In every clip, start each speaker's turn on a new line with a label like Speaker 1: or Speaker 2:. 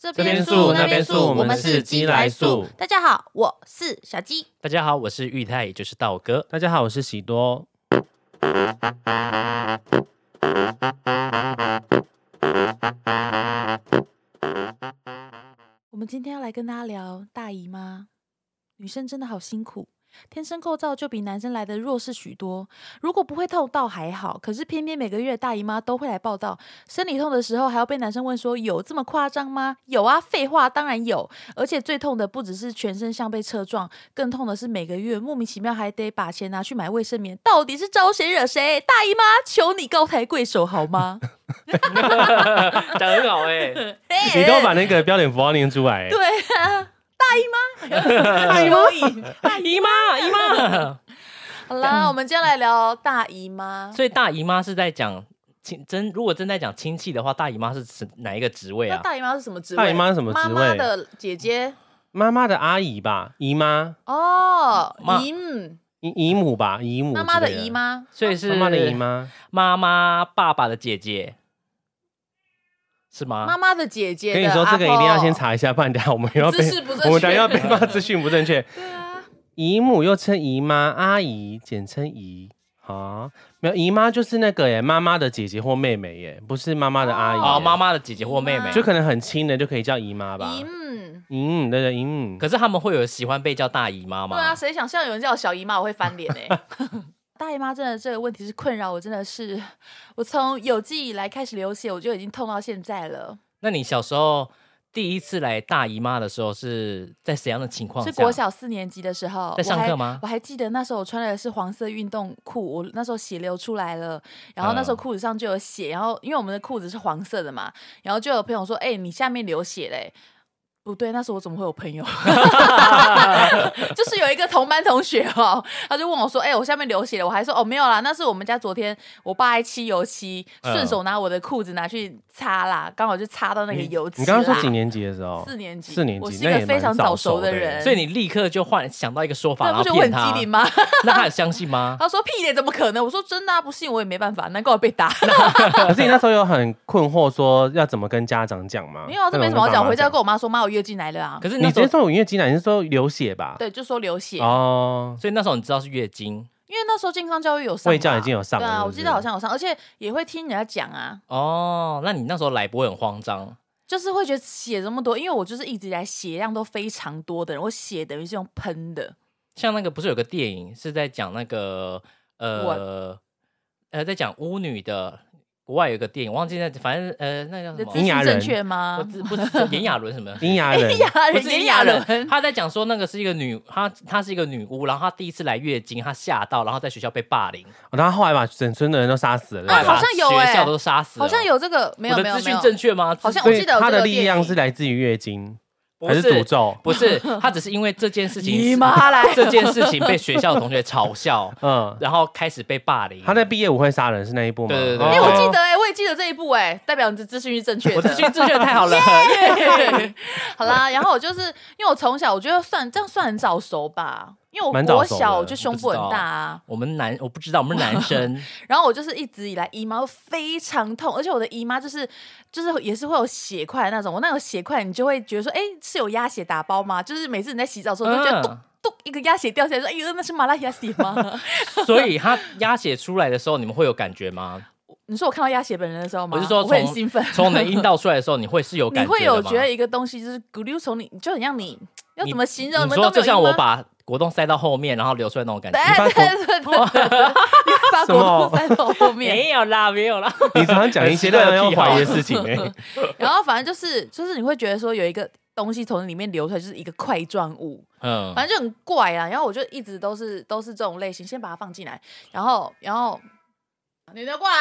Speaker 1: 这
Speaker 2: 边素那边素我们是鸡来素
Speaker 1: 大家好，我是小鸡。
Speaker 3: 大家好，我是玉泰，也就是道哥。
Speaker 2: 大家好，我是喜多。
Speaker 1: 我们今天要来跟大家聊大姨妈，女生真的好辛苦，天生构造就比男生来的弱势许多。如果不会痛倒还好，可是偏偏每个月大姨妈都会来报道，生理痛的时候还要被男生问说有这么夸张吗？有啊，废话，当然有。而且最痛的不只是全身像被车撞，更痛的是每个月莫名其妙还得把钱拿去买卫生棉，到底是招谁惹谁？大姨妈，求你高抬贵手好吗？
Speaker 3: 讲得很好哎、
Speaker 2: 你都把那个标点符号念出来、
Speaker 1: 对啊，大姨妈，大姨妈。
Speaker 3: 大姨妈，姨妈。
Speaker 1: 好啦，我们今天来聊大姨妈。
Speaker 3: 所以大姨妈是在讲亲真，如果真在讲亲戚的话，大姨妈是指哪一个职位
Speaker 1: 那
Speaker 3: 啊？
Speaker 1: 大姨妈是什么职位？
Speaker 2: 大姨妈是什么职位
Speaker 1: 妈妈的姐姐
Speaker 2: 妈妈的阿姨吧，姨妈、
Speaker 1: 哦
Speaker 3: 妈，
Speaker 1: 姨母
Speaker 2: 姨姨母吧，姨母之类。
Speaker 1: 妈妈的姨妈，
Speaker 3: 所以是
Speaker 2: 妈妈的姨，妈，
Speaker 3: 妈妈爸爸的姐姐，是吗？
Speaker 1: 妈妈的姐姐。
Speaker 2: 跟你说这个一定要先。查一下，不然等下我们又要被
Speaker 1: 资讯不正确
Speaker 2: 我们等下要被骂资讯不正确。
Speaker 1: 对啊，
Speaker 2: 姨母又称姨妈、阿姨，简称姨。啊，没有姨妈就是那个耶，妈妈的姐姐或妹妹耶，不是妈妈的阿姨耶。
Speaker 3: 哦，妈妈的姐姐或妹妹。
Speaker 2: 就可能很亲的就可以叫姨妈吧
Speaker 1: 姨。母。
Speaker 2: 嗯，对对，姨母。
Speaker 3: 可是他们会有喜欢被叫大姨妈吗？
Speaker 1: 对啊，谁想象有人叫我小姨妈，我会翻 脸哎。大姨妈真的这个问题是困扰我，真的是我从有记以来开始流血，我就已经痛到现在了。
Speaker 3: 那你小时候第一次来大姨妈的时候是在怎样的情况下？
Speaker 1: 是国小四年级的时候，
Speaker 3: 在上
Speaker 1: 我还
Speaker 3: 课吗
Speaker 1: 我还记得那时候我穿的是黄色运动裤，我那时候血流出来了，然后那时候
Speaker 3: 嗯
Speaker 1: 裤子上就有血，然后因为我们的裤子是黄色的嘛，然后就有朋友说：“哎、你下面流血嘞、不对，那时候我怎么会有朋友？ 就是有一个同班同学哦，他就问我说：“哎、我下面流血了。”我还说：“哦，没有啦，那是我们家昨天我爸爱漆油漆，
Speaker 3: 嗯
Speaker 1: 顺手拿我的裤子拿去擦啦，刚好就擦到那个油漆
Speaker 2: 你
Speaker 1: 啦。”
Speaker 2: 刚刚说几年级的时候？
Speaker 1: 啊四年级，
Speaker 2: 四年级
Speaker 1: 我是一
Speaker 2: 那
Speaker 1: 个
Speaker 2: 也
Speaker 1: 非
Speaker 2: 蛮
Speaker 1: 常
Speaker 2: 早
Speaker 1: 熟
Speaker 2: 熟的耶
Speaker 1: 人，
Speaker 3: 所以你立刻就换想到一个说法，
Speaker 1: 那
Speaker 3: 然
Speaker 1: 不
Speaker 3: 后
Speaker 1: 就我很
Speaker 3: 骗他
Speaker 1: 机。灵吗？
Speaker 3: 那他有相信吗？
Speaker 1: 他说屁咧，怎么可能？我说真的、啊，不信我也没办法，难怪我被 打。
Speaker 2: 可是你那时候有很困惑，说要怎么跟家长讲吗？
Speaker 1: 没有啊，这没什么好讲。
Speaker 2: 那种
Speaker 1: 回家
Speaker 2: 爸妈
Speaker 1: 跟我妈说，妈，我月经来了啊
Speaker 3: 可。是
Speaker 2: 你
Speaker 3: 那时
Speaker 2: 直接
Speaker 3: 候，
Speaker 2: 说我月经来，你是说流血吧？
Speaker 1: 对，就说流血，
Speaker 2: 哦，
Speaker 3: 所以那时候你知道是月经
Speaker 1: 因为那时候健康教育有上嘛，
Speaker 2: 卫教已经有上了，
Speaker 1: 对啊，
Speaker 2: 是
Speaker 1: 我
Speaker 2: 不是
Speaker 1: 记得好像有上，而且也会听人家讲啊，
Speaker 3: 哦。那你那时候来不会很慌张？
Speaker 1: 就是会觉得血这么多，因为我就是一直以来血量都非常多的人，我血等于是用喷的，
Speaker 3: 像那个不是有个电影是在讲那个呃呃，在讲巫女的，国外有一个电影，忘记那反正呃那叫
Speaker 1: 你
Speaker 3: 什
Speaker 1: 的
Speaker 3: 么
Speaker 1: 资
Speaker 2: 嗯阴
Speaker 1: 讯
Speaker 2: 阳
Speaker 1: 正
Speaker 2: 人
Speaker 1: 确
Speaker 3: 我
Speaker 1: 吗？
Speaker 3: 只不是炎亚纶 什么的。
Speaker 2: 阴阳人，
Speaker 1: 亚
Speaker 3: 不
Speaker 1: 人，
Speaker 3: 是
Speaker 1: 炎
Speaker 3: 炎
Speaker 1: 亚
Speaker 3: 亚
Speaker 1: 纶
Speaker 3: 纶，，他在讲说那个是一个女，她她是一个女巫，然后她第一次来月经，她吓到，然后在学校被霸凌，
Speaker 2: 哦然后后来把整村的人都杀死了，对
Speaker 1: 啊
Speaker 2: 吧
Speaker 1: 好像有
Speaker 3: 把
Speaker 1: 欸
Speaker 3: 学校都杀
Speaker 2: 啊
Speaker 3: 死了，
Speaker 1: 好像有这个，没有
Speaker 3: 我
Speaker 1: 没
Speaker 3: 的
Speaker 1: 有
Speaker 3: 资
Speaker 1: 没
Speaker 3: 讯
Speaker 1: 有，
Speaker 3: 正确吗？
Speaker 1: 好像
Speaker 2: 所
Speaker 1: 我
Speaker 2: 以
Speaker 1: 记得有
Speaker 2: 他
Speaker 1: 这
Speaker 2: 的
Speaker 1: 个
Speaker 2: 力
Speaker 1: 电
Speaker 2: 量
Speaker 1: 影
Speaker 2: 是来自于月经，
Speaker 3: 不
Speaker 2: 还是诅咒？
Speaker 3: 不是，他只是因为这 件事
Speaker 1: 姨
Speaker 3: 情，
Speaker 1: 妈来
Speaker 3: 这件事情被学校的同学嘲笑，
Speaker 2: 嗯，
Speaker 3: 然后开始被霸凌。
Speaker 2: 他在毕业舞会杀人是那一部吗？
Speaker 3: 对对对
Speaker 2: 哦
Speaker 1: 哎、我记得哎、我也记得这一部哎、代表你的资讯是正确的。
Speaker 3: 我资讯正确太好了，
Speaker 1: 对， 好 啦，然后我就是因为我从小我觉得算这样算很早熟吧，因为我
Speaker 2: 蛮早
Speaker 1: 国
Speaker 2: 熟的
Speaker 1: 小我就胸部很大啊，
Speaker 3: 我们男我不知道，我们是男 生，
Speaker 1: 然后我就是一直以来姨妈都非常痛，而且我的姨妈就是就是也是会有血块的那种，我那种血块你就会觉得说，哎、是有鸭血打包吗？就是每次你在洗澡的时候都觉得
Speaker 3: 嗯
Speaker 1: 咚。咚一个鸭血掉下来，说：“哎呦，那是麻辣鸭血吗？
Speaker 3: 嗯 所以他鸭血出来的时候，你们会有感觉吗？
Speaker 1: 你说我看到鸭血本人的时候吗？
Speaker 3: 我是说
Speaker 1: 我会
Speaker 3: 从
Speaker 1: 很兴奋，
Speaker 3: 从你的阴道出来的时候，你会是有
Speaker 1: 你
Speaker 3: 感觉
Speaker 1: 会有
Speaker 3: 的吗
Speaker 1: 觉得一个东西就是咕溜从你，就很像你要
Speaker 3: 你
Speaker 1: 怎么形容？
Speaker 3: 你
Speaker 1: 们都
Speaker 3: 说
Speaker 1: 没
Speaker 3: 就
Speaker 1: 有
Speaker 3: 像
Speaker 1: 姨妈
Speaker 3: 我把果冻塞到后面，然后流出来那种感觉。
Speaker 1: 对对对对对，你把
Speaker 2: 什
Speaker 1: 果
Speaker 2: 么
Speaker 1: 冻塞到后面，
Speaker 3: 没有啦，没有啦。
Speaker 2: 你常常讲一些
Speaker 3: 很奇怪
Speaker 2: 让
Speaker 3: 的
Speaker 2: 人要
Speaker 3: 癖好
Speaker 2: 怀疑的事情哎，
Speaker 1: 然后反正就是就是你会觉得说有一个东西从里面流出来，就是一个块状物，
Speaker 3: 嗯，
Speaker 1: 反正就很怪啊。然后我就一直都是都是这种类型，先把它放进来，然后然后你的过来，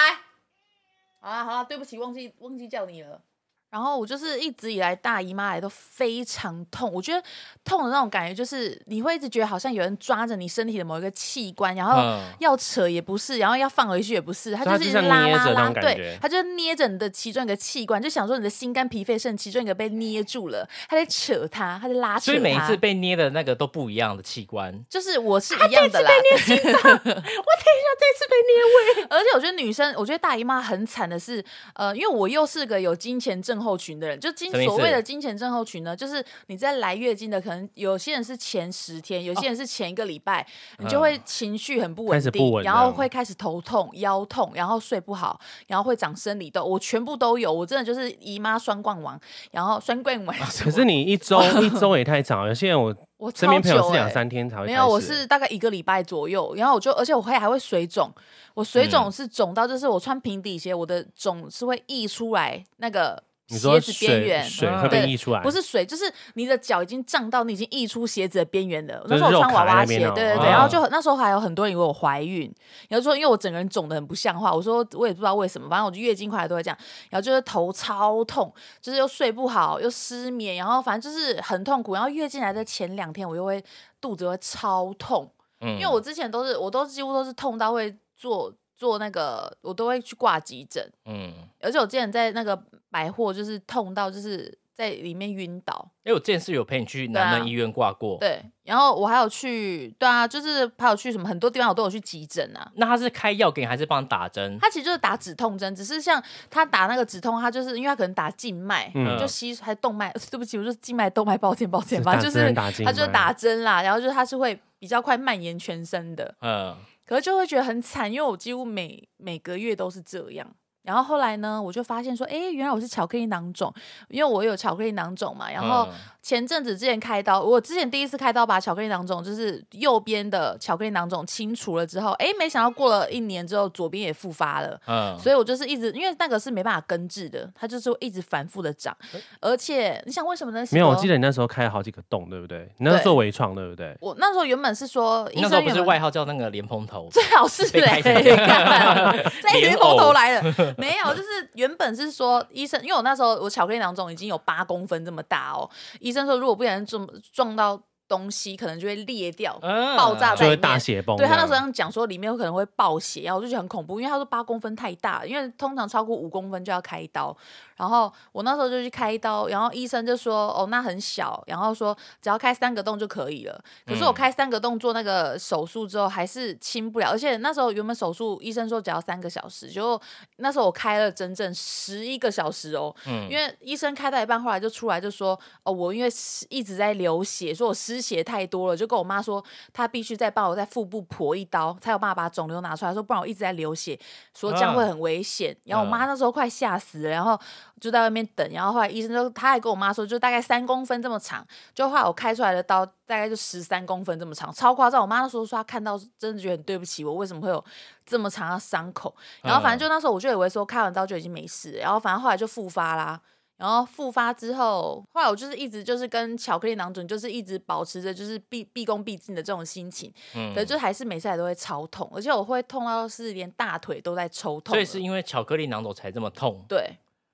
Speaker 1: 好啦好啦，对不起，忘记忘记叫你了。然后我就是一直以来大姨妈来都非常痛，我觉得痛的那种感觉就是你会一直觉得好像有人抓着你身体的某一个器官，然后
Speaker 3: 嗯
Speaker 1: 要扯也不是，然后要放回去也不是，他
Speaker 2: 所以它
Speaker 1: 就是
Speaker 2: 就像
Speaker 1: 拉
Speaker 2: 捏
Speaker 1: 拉
Speaker 2: 着那
Speaker 1: 拉，
Speaker 2: 种感
Speaker 1: 对
Speaker 2: 觉，
Speaker 1: 他就是捏着你的其中一个器官，就想说你的心肝脾肺肾其中一个被捏住了，他在扯它，他在拉扯它。
Speaker 3: 所以每一
Speaker 1: 啊
Speaker 3: 次被捏的那个都不一样的器官。
Speaker 1: 就是我是一样的啦。我等一下这次 被 捏胃。而且我觉得女生，我觉得大姨妈很惨的是，呃，因为我又是个有金钱症候群的人，就金
Speaker 3: 什么意思
Speaker 1: 所谓的金钱症候群呢，就是你在来月经的，可能有些人是前十天，有些人是前一个礼拜，你就会情绪很不稳
Speaker 2: 哦嗯开始
Speaker 1: 定，
Speaker 2: 不稳
Speaker 1: 然后
Speaker 2: 了
Speaker 1: 会开始头痛、腰痛，然后睡不好，然后会长生理痘，我全部都有，我真的就是姨妈双冠王，然后双冠王。
Speaker 2: 啊可是你一周一周也太长了，有些人我
Speaker 1: 我
Speaker 2: 身边
Speaker 1: 超
Speaker 2: 朋友
Speaker 1: 久
Speaker 2: 是两
Speaker 1: 欸
Speaker 2: 三天才
Speaker 1: 没
Speaker 2: 会开
Speaker 1: 有，我
Speaker 2: 始
Speaker 1: 是大概一个礼拜左右，然后我就，而且我会还会水肿，我水
Speaker 2: 嗯
Speaker 1: 肿是肿到就是我穿平底鞋，我的肿是会溢出来那个
Speaker 2: 你
Speaker 1: 鞋
Speaker 2: 说
Speaker 1: 子边
Speaker 2: 水
Speaker 1: 缘，
Speaker 2: 水
Speaker 3: 嗯
Speaker 2: 会被
Speaker 1: 对
Speaker 2: 溢出来，
Speaker 1: 不是水，就是你的脚已经胀到你已经溢出鞋子的边缘了。
Speaker 2: 就
Speaker 1: 那
Speaker 2: 是
Speaker 1: 时候我
Speaker 2: 肉
Speaker 1: 穿娃
Speaker 2: 卡在
Speaker 1: 娃
Speaker 2: 那边
Speaker 1: 鞋，
Speaker 2: 哦
Speaker 1: 对对对，
Speaker 3: 哦
Speaker 1: 然后就很那时候还有很多人以为我怀孕，然后说因为我整个人肿的很不像话，我说我也不知道为什么，反正我就月经快来都会这样，然后就是头超痛，就是又睡不好，又失眠，然后反正就是很痛苦。然后月经来的前两天，我又会肚子会超痛，
Speaker 3: 嗯
Speaker 1: 因为我之前都是我都几乎都是痛到会做做那个，我都会去挂急诊，
Speaker 3: 嗯，
Speaker 1: 而且我之前在那个百货就是痛到就是在里面晕倒。
Speaker 3: 因为我之前是有陪你去
Speaker 1: 对啊
Speaker 3: 南门医院挂过，
Speaker 1: 对，然后我还有去，对啊，就是还有去什么很多地方我都有去急诊啊。
Speaker 3: 那他是开药给你还是帮你打针？
Speaker 1: 他其实就是打止痛针，只是像他打那个止痛，他就是因为他可能打静脉，
Speaker 2: 嗯
Speaker 1: 就吸还动脉， 对不起，我就是静脉动脉，抱歉抱歉，
Speaker 2: 是
Speaker 1: 反
Speaker 2: 打
Speaker 1: 正就
Speaker 2: 针
Speaker 1: 是
Speaker 2: 打静
Speaker 1: 他就是
Speaker 2: 脉
Speaker 1: 打针啦，然后就是他是会比较快蔓延全身的，
Speaker 3: 嗯，
Speaker 1: 可是就会觉得很惨，因为我几乎每每个月都是这样。然后后来呢，我就发现说，诶，原来我是巧克力囊肿，因为我有巧克力囊肿嘛。然后
Speaker 3: 嗯
Speaker 1: 前阵子之前开刀，我之前第一次开刀把巧克力囊肿，就是右边的巧克力囊肿清除了之后，诶，没想到过了一年之后，左边也复发了。
Speaker 3: 嗯，
Speaker 1: 所以我就是一直，因为那个是没办法根治的，它就是会一直反复的长，而且你想为什么呢？
Speaker 2: 没有，我记
Speaker 1: 得
Speaker 2: 得你那时候开了好几个洞，对不对？你那时候
Speaker 1: 对
Speaker 2: 做微创，对不对？
Speaker 1: 我那时候原本是说，医
Speaker 3: 那时
Speaker 1: 生
Speaker 3: 候不
Speaker 1: 原
Speaker 3: 是
Speaker 1: 本
Speaker 3: 外号叫那个莲蓬头，
Speaker 1: 最好是
Speaker 3: 被
Speaker 1: 嘞、
Speaker 3: 开除
Speaker 1: 干 这一
Speaker 3: 莲
Speaker 1: 群
Speaker 3: 藕
Speaker 1: 风头来了，没有，就是原本是说医生，因为我那时候我巧克力囊肿已经有八公分这么大哦，医生说如果不小心撞撞到东西，可能就会裂掉，
Speaker 3: 嗯
Speaker 1: 爆炸在
Speaker 2: 就
Speaker 1: 里
Speaker 2: 会
Speaker 1: 面
Speaker 2: 大血崩这
Speaker 1: 对
Speaker 2: 样。
Speaker 1: 他那时候这样讲说里面有可能会爆血，啊然后我就觉得很恐怖，因为他说八公分太大，因为通常超过五公分就要开刀。然后我那时候就去开刀，然后医生就说哦那很小，然后说只要开三个洞就可以了。可是我
Speaker 3: 嗯
Speaker 1: 开三个洞做那个手术之后还是清不了，而且那时候原本手术医生说只要三个小时，结果那时候我开了整整十一个小时哦，
Speaker 3: 嗯
Speaker 1: 因为医生开到一半，后来就出来就说，哦，我因为失一直在流血，说我失血太多了，就跟我妈说，她必须再帮我在腹部剖一刀，才有办法把肿瘤拿出来，说不然我一直在流血，说这样会很危险。然后我妈那时候快吓死了，然后就在外面等，然后后来医生就，她还跟我妈说，就大概三公分这么长，就后来我开出来的刀大概就十三公分这么长，超夸张。我妈那时候说她看到真的觉得很对不起我，为什么会有这么长的伤口？然后
Speaker 3: 嗯
Speaker 1: 反正就那时候我就以为说开完刀就已经没事了，然后反正后来就复发啦。然后复发之后，后来我就是一直就是跟巧克力囊肿，就是一直保持着就是毕毕恭毕敬的这种心情，
Speaker 3: 嗯
Speaker 1: 可是就还是每次来都会超痛，而且我会痛到是连大腿都在抽痛
Speaker 3: 所
Speaker 1: 了，
Speaker 3: 以是因为巧克力囊肿才这么痛，
Speaker 1: 对，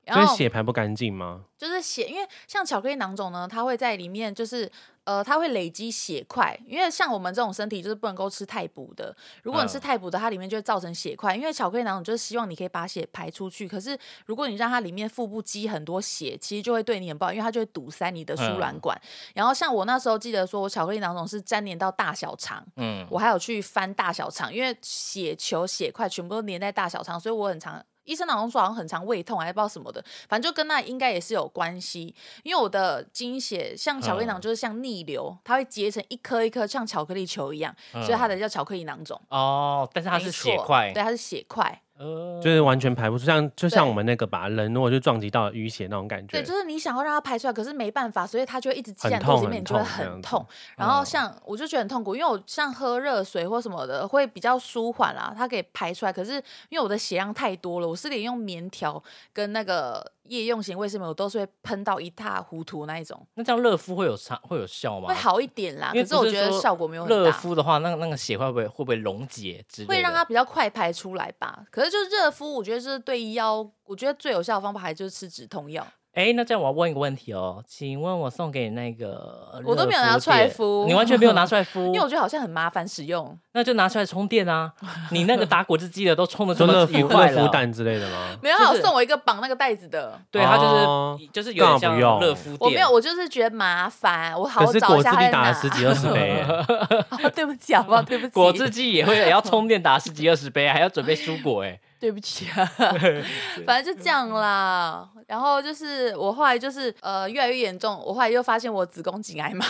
Speaker 1: 然
Speaker 2: 所以
Speaker 1: 后
Speaker 2: 血排不干净吗？
Speaker 1: 就是血，因为像巧克力囊肿呢，它会在里面就是呃，它会累积血块，因为像我们这种身体就是不能够吃太补的，如果你吃
Speaker 3: 嗯
Speaker 1: 太补的，它里面就会造成血块，因为巧克力囊肿就是希望你可以把血排出去，可是如果你让它里面腹部积很多血，其实就会对你很不好，因为它就会堵塞你的输卵管。然后像我那时候记得说，我巧克力囊肿是粘连到大小肠，
Speaker 3: 嗯
Speaker 1: 我还有去翻大小肠，因为血球、血块全部都粘在大小肠，所以我很常。医生好像说好像很常胃痛，还是不知道什么的，反正就跟那应该也是有关系。因为我的经血像巧克力囊，
Speaker 3: 嗯
Speaker 1: 就是像逆流，它会结成一颗一颗像巧克力球一样，所以它的叫巧克力囊肿。
Speaker 3: 哦，但是嗯它是
Speaker 1: 没错
Speaker 3: 血块，
Speaker 1: 对，它是血块，
Speaker 3: 呃
Speaker 2: 就是完全排不出，像就像
Speaker 1: 对
Speaker 2: 我们那个吧，人如果就撞击到淤血那种感觉，
Speaker 1: 对，就是你想要让它排出来，可是没办法，所以它就会一直积
Speaker 2: 很
Speaker 1: 在肚子
Speaker 2: 痛
Speaker 1: 里面，
Speaker 2: 很
Speaker 1: 你就会
Speaker 2: 痛这样
Speaker 1: 很
Speaker 2: 子
Speaker 1: 痛。然后
Speaker 3: 嗯
Speaker 1: 像我就觉得很痛苦，因为我像喝热水或什么的会比较舒缓啦，它可以排出来。可是因为我的血量太多了，我是连用棉条跟那个夜用型卫生棉，我都是会喷到一塌糊涂那一种，
Speaker 3: 那这样热敷会有差会有效吗？
Speaker 1: 会好一点啦。
Speaker 3: 因为
Speaker 1: 可是我
Speaker 3: 不是
Speaker 1: 觉得
Speaker 3: 说
Speaker 1: 效果没有很
Speaker 3: 热
Speaker 1: 大。
Speaker 3: 敷的话，那那个血块会不会会不会溶解之类的？
Speaker 1: 会让它比较快排出来吧，可是就是热敷，我觉得就是对腰，我觉得最有效的方法还就是吃止痛药。
Speaker 3: 哎、那这样我要问一个问题哦，请问我送给你那个
Speaker 1: 我都没有
Speaker 3: 热
Speaker 1: 拿出来
Speaker 3: 垫
Speaker 1: 敷
Speaker 3: 你完全没有 拿出来敷，
Speaker 1: 因为我觉得好像很麻烦使用，
Speaker 3: 那就拿出来充 电啊！你那个打果汁机的都充的这
Speaker 2: 就
Speaker 3: 么
Speaker 2: 热
Speaker 3: 愉
Speaker 2: 敷
Speaker 3: 快
Speaker 2: 热敷
Speaker 3: 了，
Speaker 2: 蛋之类的吗？
Speaker 1: 没有，他有
Speaker 3: 就是
Speaker 1: 送我一个绑那个袋子的。
Speaker 3: 对，它就是、
Speaker 2: 哦
Speaker 3: 就是有点
Speaker 2: 干
Speaker 3: 像
Speaker 2: 嘛不用
Speaker 3: 热敷垫。
Speaker 1: 我没有，我就是觉得麻烦，我 好
Speaker 2: 可
Speaker 1: 好
Speaker 2: 是
Speaker 1: 找
Speaker 2: 果
Speaker 1: 一
Speaker 2: 汁
Speaker 1: 下它
Speaker 2: 你
Speaker 1: 在
Speaker 2: 打
Speaker 1: 哪。
Speaker 2: 了十几二十杯耶，
Speaker 1: 哦对不起，好不好？对不起，
Speaker 3: 果汁机也会也要充电打十几二十杯，还要准备蔬果哎、
Speaker 1: 对不起啊，反正就这样啦。然后就是我后来就是呃越来越严重，我后来又发现我子宫颈癌嘛，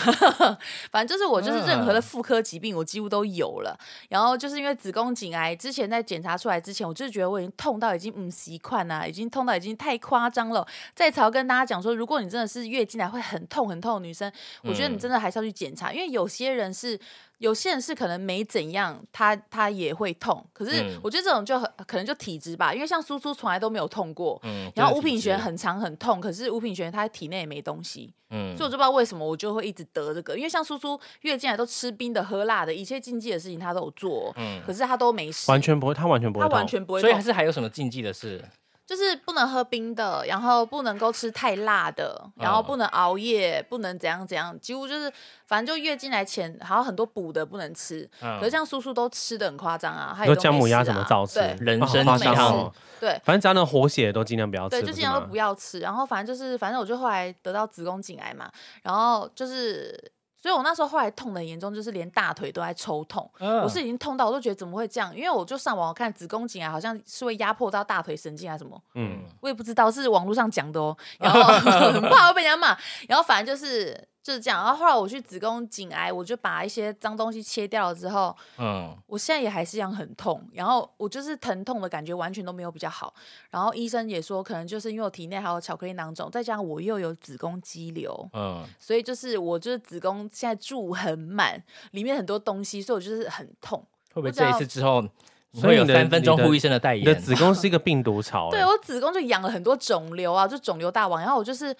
Speaker 1: 反正就是我就是任
Speaker 3: 嗯
Speaker 1: 何的妇科疾病我几乎都有了。然后就是因为子宫颈癌之前在检查出来之前，我就是觉得我已经痛到已经嗯习惯啦，已经痛到已经太夸张了。再才要跟大家讲说，如果你真的是月经来会很痛很痛的女生，我觉得你
Speaker 3: 嗯
Speaker 1: 真的还是要去检查，因为有些人是。有些人是可能没怎样，他他也会痛，可是
Speaker 3: 嗯
Speaker 1: 我觉得这种就很可能就体质吧，因为像苏苏从来都没有痛过，
Speaker 3: 嗯，
Speaker 1: 然后
Speaker 3: 就是
Speaker 1: 吴品
Speaker 3: 体质
Speaker 1: 璇，很长很痛，可是吴品璇她体内也没东西，
Speaker 3: 嗯
Speaker 1: 所以我就不知道为什么我就会一直得这个。因为像苏苏月经来都吃冰的、喝辣的，一切禁忌的事情她都有做，
Speaker 3: 嗯
Speaker 1: 可是她都没事，
Speaker 2: 完全不会，他完全不会
Speaker 1: 她
Speaker 2: 痛，
Speaker 1: 完全不会
Speaker 3: 所以
Speaker 1: 痛
Speaker 3: 还，是还有什么禁忌的事？
Speaker 1: 就是不能喝冰的，然后不能够吃太辣的，
Speaker 2: 嗯
Speaker 1: 然后不能熬夜，不能怎样怎样，几乎就是反正就月经来前，还有很多补的不能吃。
Speaker 3: 嗯
Speaker 1: 可是像苏苏都吃的很夸张啊，她
Speaker 2: 你
Speaker 1: 也
Speaker 2: 说
Speaker 1: 都
Speaker 2: 姜母
Speaker 1: 没事
Speaker 2: 鸭
Speaker 1: 啊
Speaker 2: 什么照吃，
Speaker 1: 对
Speaker 3: 人
Speaker 2: 哦好
Speaker 3: 参
Speaker 2: 夸张
Speaker 1: 酱
Speaker 2: 哦。
Speaker 1: 对。
Speaker 2: 反正只要能活血的都尽量不要吃，
Speaker 1: 对，就
Speaker 2: 不是
Speaker 1: 尽量都
Speaker 2: 吗
Speaker 1: 不要吃。然后反正就是，反正我就后来得到子宫颈癌嘛，然后就是，所以我那时候后来痛的严重，就是连大腿都在抽痛。
Speaker 3: 嗯
Speaker 1: 我是已经痛到，我都觉得怎么会这样？因为我就上网看子宫颈癌好像是会压迫到大腿神经啊什么，
Speaker 2: 嗯，
Speaker 1: 我也不知道是网络上讲的 哦，然后 很怕会被人家骂，然后反正就是就是这样。然后后来我去子宫颈癌，我就把一些脏东西切掉了之后，
Speaker 3: 嗯
Speaker 1: 我现在也还是一样很痛，然后我就是疼痛的感觉完全都没有比较好。然后医生也说，可能就是因为我体内还有巧克力囊肿，再加上我又有子宫肌瘤，
Speaker 3: 嗯
Speaker 1: 所以就是我就是子宫现在住很满，里面很多东西，所以我就是很痛。我
Speaker 3: 会不会
Speaker 1: 只
Speaker 3: 这一
Speaker 1: 要
Speaker 3: 次之后，你
Speaker 2: 所以
Speaker 3: 会有
Speaker 2: 你的
Speaker 3: 三分钟
Speaker 2: 你的
Speaker 3: 呼医生的代
Speaker 2: 你的
Speaker 3: 言？
Speaker 2: 子宫是一个病毒槽，
Speaker 1: 对
Speaker 2: 哎
Speaker 1: 我子宫就养了很多肿瘤啊，就肿瘤大王。然后我就是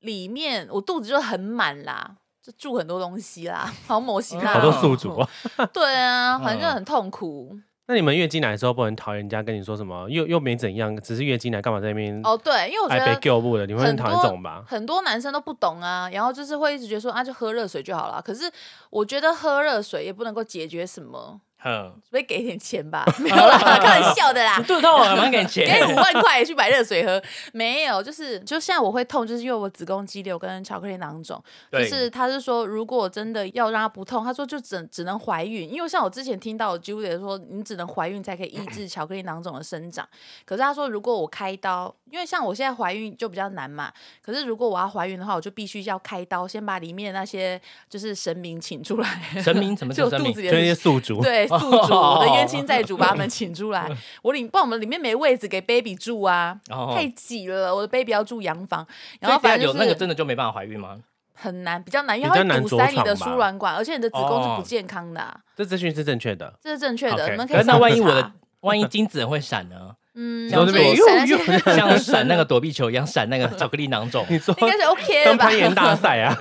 Speaker 1: 里面我肚子就很满啦，就住很多东西啦， 好某西啦，
Speaker 2: 好多宿主啊。嗯
Speaker 1: 对啊，反正就很痛苦。
Speaker 2: 那你们月经来的时候不能讨厌人家跟你说什么，又又没怎样，只是月经来干嘛在那边
Speaker 1: 哦，对，因为我觉
Speaker 2: 还
Speaker 1: 得
Speaker 2: 被救不的？你们会
Speaker 1: 很
Speaker 2: 很讨厌
Speaker 1: 多
Speaker 2: 这种吧？
Speaker 1: 很多男生都不懂啊，然后就是会一直觉得说啊，就喝热水就好了。可是我觉得喝热水也不能够解决什么，
Speaker 3: 嗯，
Speaker 1: 除非给一点钱吧， 没有啦，开玩笑的啦
Speaker 3: 你。肚子痛，我啊蛮给你钱
Speaker 1: 给。你五万 块去买热水喝，没有，就是就现在我会痛，就是因为我子宫肌瘤跟巧克力囊肿，就
Speaker 3: 对
Speaker 1: 是他是说如果真的要让它不痛，他说就只只能怀孕，因为像我之前听到我 Julia 说，你只能怀孕才可以抑制巧克力囊肿的生长，可是他说如果我开刀，因为像我现在怀孕就比较难嘛，可是如果我要怀孕的话，我就必须要开刀，先把里面那些就是神明请出来，
Speaker 3: 神明什么
Speaker 1: 就是我
Speaker 3: 神
Speaker 1: 肚
Speaker 3: 明
Speaker 1: 子？里
Speaker 2: 就那
Speaker 1: 的
Speaker 2: 些宿主，
Speaker 1: 对， 宿主，我的冤亲
Speaker 3: 哦
Speaker 1: 债主把他们请出来。我里，不然我们里面没位置给 baby 住啊，
Speaker 3: 哦
Speaker 1: 太挤了。我的 baby 要住洋房，然后
Speaker 3: 所以等下
Speaker 1: 反正
Speaker 3: 有
Speaker 1: 就
Speaker 3: 那个
Speaker 1: 是
Speaker 3: 真的就没办法怀孕吗？
Speaker 1: 很难，比较难，因为
Speaker 2: 比
Speaker 1: 它会
Speaker 2: 较难
Speaker 1: 堵
Speaker 2: 着
Speaker 1: 塞你
Speaker 2: 床
Speaker 1: 的
Speaker 2: 吧
Speaker 1: 输卵管，而且你的子宫是
Speaker 3: 哦
Speaker 1: 不健康的啊、
Speaker 2: 这资讯是正确的。
Speaker 1: 这是正确的。
Speaker 2: 哦 OK，
Speaker 1: 你们
Speaker 2: 可
Speaker 1: 以
Speaker 3: 是那
Speaker 1: 上
Speaker 3: 万
Speaker 1: 去
Speaker 3: 一 我的
Speaker 1: 查，
Speaker 3: 万一精子很会闪呢？
Speaker 1: 嗯，
Speaker 3: 像
Speaker 1: 就
Speaker 3: 躲
Speaker 1: 是闪那些
Speaker 3: 像 闪那个躲避球一样闪那个巧克力囊肿。
Speaker 2: 你说
Speaker 1: 应该是 OK 的
Speaker 2: 当
Speaker 1: 吧
Speaker 2: 攀？岩大赛啊？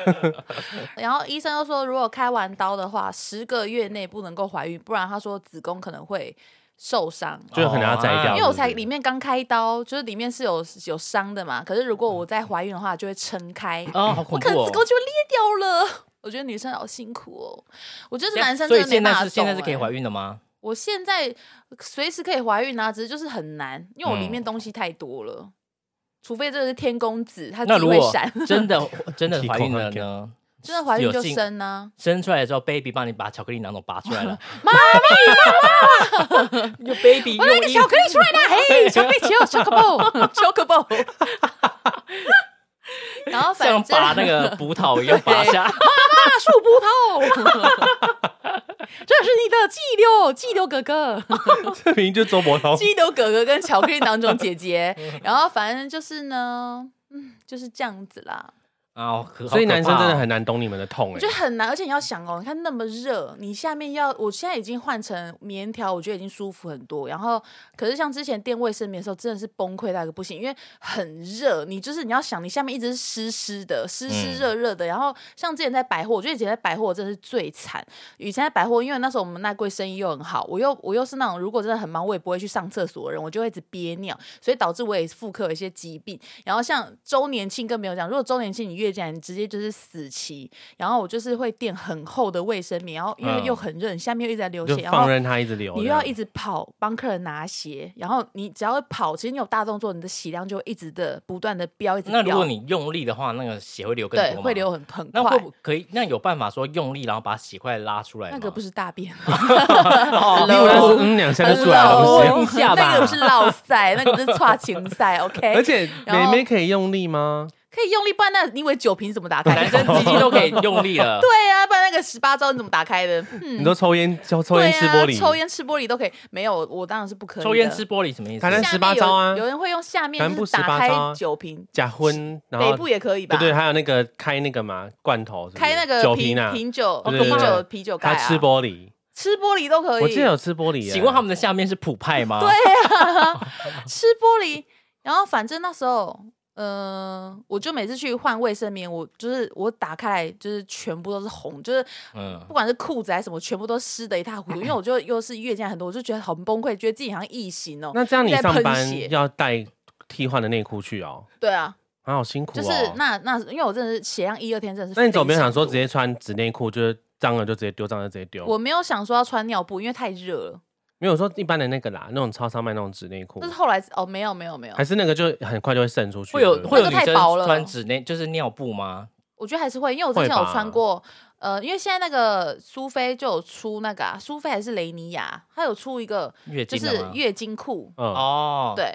Speaker 1: 然后医生又说，如果开完刀的话，十个月内不能够怀孕，不然他说子宫可能会受伤。
Speaker 2: 就很难要摘
Speaker 3: 哦
Speaker 2: 掉
Speaker 3: 啊
Speaker 1: 因为我才
Speaker 2: 对不对
Speaker 1: 里面刚开刀，就是里面是有有伤的嘛。可是如果我再怀孕的话，就会撑 开，
Speaker 3: 哦，好
Speaker 1: 我
Speaker 3: 恐
Speaker 1: 可
Speaker 3: 怖
Speaker 1: 能
Speaker 3: 哦
Speaker 1: 子！宫就裂掉了。我觉得女生好辛苦哦，我觉得男生
Speaker 3: 所以
Speaker 1: 真的没
Speaker 3: 现在
Speaker 1: 办法、欸
Speaker 3: 是现在是可以怀，孕的吗？
Speaker 1: 我现在随时可以怀孕啊，只是就是很难，因为我里
Speaker 3: 嗯
Speaker 1: 面东西太多了。除非这是天公子，他
Speaker 3: 那
Speaker 1: 只
Speaker 3: 如
Speaker 1: 会
Speaker 3: 果
Speaker 1: 闪，
Speaker 3: 真 的真的
Speaker 2: 提
Speaker 3: 怀
Speaker 2: 供
Speaker 3: 孕
Speaker 2: 他
Speaker 3: 了
Speaker 2: 给
Speaker 3: 呢？
Speaker 1: 真的怀孕
Speaker 3: 有
Speaker 1: 就
Speaker 3: 性
Speaker 1: 生啊呢、
Speaker 3: 生出来之后，baby 帮你把巧克力囊肿拔出来了，
Speaker 1: 妈
Speaker 3: 有 baby
Speaker 1: 我那个巧克力出来啦， 嘿，巧克力球 ，chocobo，chocobo。然后反
Speaker 3: 像
Speaker 1: 正
Speaker 3: 拔那个葡萄一样 拔下，
Speaker 1: 大树葡萄， 这是你的激流，激流哥哥，
Speaker 2: 这明明就是周 伯通。
Speaker 1: 激流哥哥跟巧克力囊肿姐姐。然后反正就是呢，嗯，就是这样子啦。
Speaker 3: 啊，可
Speaker 2: 所以男生真
Speaker 3: 好可怕
Speaker 2: 的，
Speaker 3: 哦
Speaker 2: 很难懂你们的痛
Speaker 1: 我
Speaker 2: 哎
Speaker 1: 觉。得很难，而且你要想哦，你看那么热，你下面要，我现在已经换成棉条，我觉得已经舒服很多。然后，可是像之前垫卫生棉的时候，真的是崩溃到一个不行，因为很热，你就是你要想，你下面一直是湿湿的，湿湿热热的。然后像之前在百货，我觉得以前在百货我真的是最惨。以前在百货，因为那时候我们那柜生意又很好，我又我又是那种如果真的很忙，我也不会去上厕所的人，我就会一直憋尿，所以导致我也妇科有一些疾病。然后像周年庆更没有讲，如果周年庆你月业竟然直接就是死期，然后我就是会垫很厚的卫生棉，然后因为
Speaker 2: 嗯
Speaker 1: 又很热，你下面又一直在流
Speaker 2: 就
Speaker 1: 血，然后
Speaker 2: 放任它一直流，
Speaker 1: 你又要一直跑帮客人拿鞋，然后你只要跑，其实你有大动作，你的血量就会一直的不断的飙，一直飙。
Speaker 3: 哦那如果你用力的话，那个血会流更
Speaker 1: 对
Speaker 3: 多吗？
Speaker 1: 会流很很
Speaker 3: 那
Speaker 1: 快
Speaker 3: 会，不可以？那有办法说用力，然后把血块拉出来吗？
Speaker 1: 那个不
Speaker 3: 是
Speaker 1: 是大便，
Speaker 2: 这样，例如它是嗯两下就出来了，不
Speaker 3: 哦
Speaker 2: 是？
Speaker 3: 不是
Speaker 1: 那个不是落塞，那个是跨情塞
Speaker 2: 而
Speaker 1: ，OK，
Speaker 2: 且
Speaker 1: 然
Speaker 2: 妹
Speaker 1: 后
Speaker 2: 妹可以用力吗？
Speaker 1: 可以用力，不然那你以为酒瓶怎么打开？
Speaker 3: 男生鸡鸡都可以用力了。
Speaker 1: 对啊，不然那个十八招你怎么打开的？嗯
Speaker 2: 你都抽烟，抽抽
Speaker 1: 对
Speaker 2: 烟吃玻
Speaker 1: 啊，抽
Speaker 2: 璃，
Speaker 1: 烟吃玻璃都可以。没有，我当然是不可以的。
Speaker 3: 抽烟吃玻璃什么意思
Speaker 2: 台？南
Speaker 1: 下面
Speaker 2: 18招啊
Speaker 1: 有有人会用下
Speaker 2: 南
Speaker 1: 面就
Speaker 2: 部
Speaker 1: 是打
Speaker 2: 18
Speaker 1: 开
Speaker 2: 招啊
Speaker 1: 酒瓶，
Speaker 2: 假婚，然
Speaker 1: 北
Speaker 2: 后
Speaker 1: 部也可以吧？
Speaker 2: 对对，还有那个开那个嘛罐头是不是，
Speaker 1: 开那个
Speaker 2: 酒
Speaker 1: 瓶
Speaker 2: 瓶啊，
Speaker 1: 瓶酒、哦
Speaker 2: 对
Speaker 1: 瓶
Speaker 2: 对对
Speaker 1: 酒
Speaker 2: 对
Speaker 1: 啤酒盖
Speaker 2: 他
Speaker 1: 啊，
Speaker 2: 吃玻璃，
Speaker 1: 吃玻璃都可以。
Speaker 2: 我记得有吃玻璃耶。
Speaker 3: 请问他们的下面是普派吗？
Speaker 1: 对啊，吃玻璃。然后反正那时候，呃，我就每次去换卫生棉，我就是我打开来就是全部都是红，就是
Speaker 3: 嗯
Speaker 1: 不，管是裤子还是什么，全部都湿的一塌糊涂。因为我就又是月经很多，我就觉得很崩溃，觉得自己好像异形哦。
Speaker 2: 那这样你
Speaker 1: 在
Speaker 2: 上
Speaker 1: 喷血
Speaker 2: 班要带替换的内裤去哦，
Speaker 1: 对啊，
Speaker 2: 啊，好辛苦
Speaker 1: 就
Speaker 2: 哦。
Speaker 1: 是那那，因为我真的是血量一二天真的是。
Speaker 2: 那你怎么没有想说直？接穿纸内裤，就是脏了就直接丢，脏了就直接丢？
Speaker 1: 我没有想说要穿尿布，因为太热了。
Speaker 2: 没有说一般的那个啦，那种超商卖那种纸内裤
Speaker 1: 但，是后来哦，没有没有没有
Speaker 2: 还，是那个就很快就会渗出去，
Speaker 3: 会有
Speaker 2: 对不对
Speaker 3: 会有
Speaker 1: 那
Speaker 3: 女
Speaker 1: 个太
Speaker 3: 生
Speaker 1: 薄了
Speaker 3: 穿纸内就是尿布吗？
Speaker 1: 我觉得还是会，因为我之前
Speaker 2: 会
Speaker 1: 有
Speaker 2: 吧
Speaker 1: 穿过，呃，因为现在那个苏菲就有出那个、啊、苏菲还是雷尼亚，它有出一个
Speaker 3: 月
Speaker 1: 就
Speaker 3: 经的
Speaker 1: 是
Speaker 3: 吗？
Speaker 1: 月经裤，
Speaker 2: 嗯，
Speaker 3: 哦，，
Speaker 1: 对，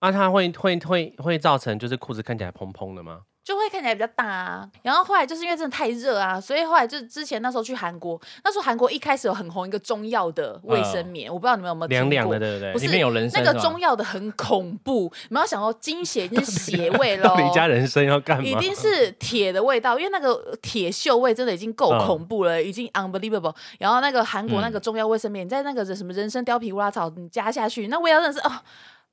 Speaker 2: 那它会会会会造成就是裤子看起来蓬蓬的吗？
Speaker 1: 就会看起来比较大、啊。然后后来就是因为真的太热啊，所以后来就之前那时候去韩国，那时候韩国一开始有很红一个中药的卫生棉，我不知道你们有没有听
Speaker 2: 嗯凉凉
Speaker 1: 过
Speaker 2: 的，对不对？
Speaker 1: 不是
Speaker 3: 里面有人参
Speaker 1: 那个
Speaker 3: 是吧
Speaker 1: 中药的很恐怖，你们要想哦，经血已经是血味喽
Speaker 2: 到。底加人参要干嘛？
Speaker 1: 一定是铁的味道，因为那个呃铁锈味真的已经够
Speaker 2: 嗯
Speaker 1: 恐怖了，已经 unbelievable。然后那个韩国那个中药卫生棉，你在那个什么人参貂皮乌拉草，你加下去，那味道真的是哦。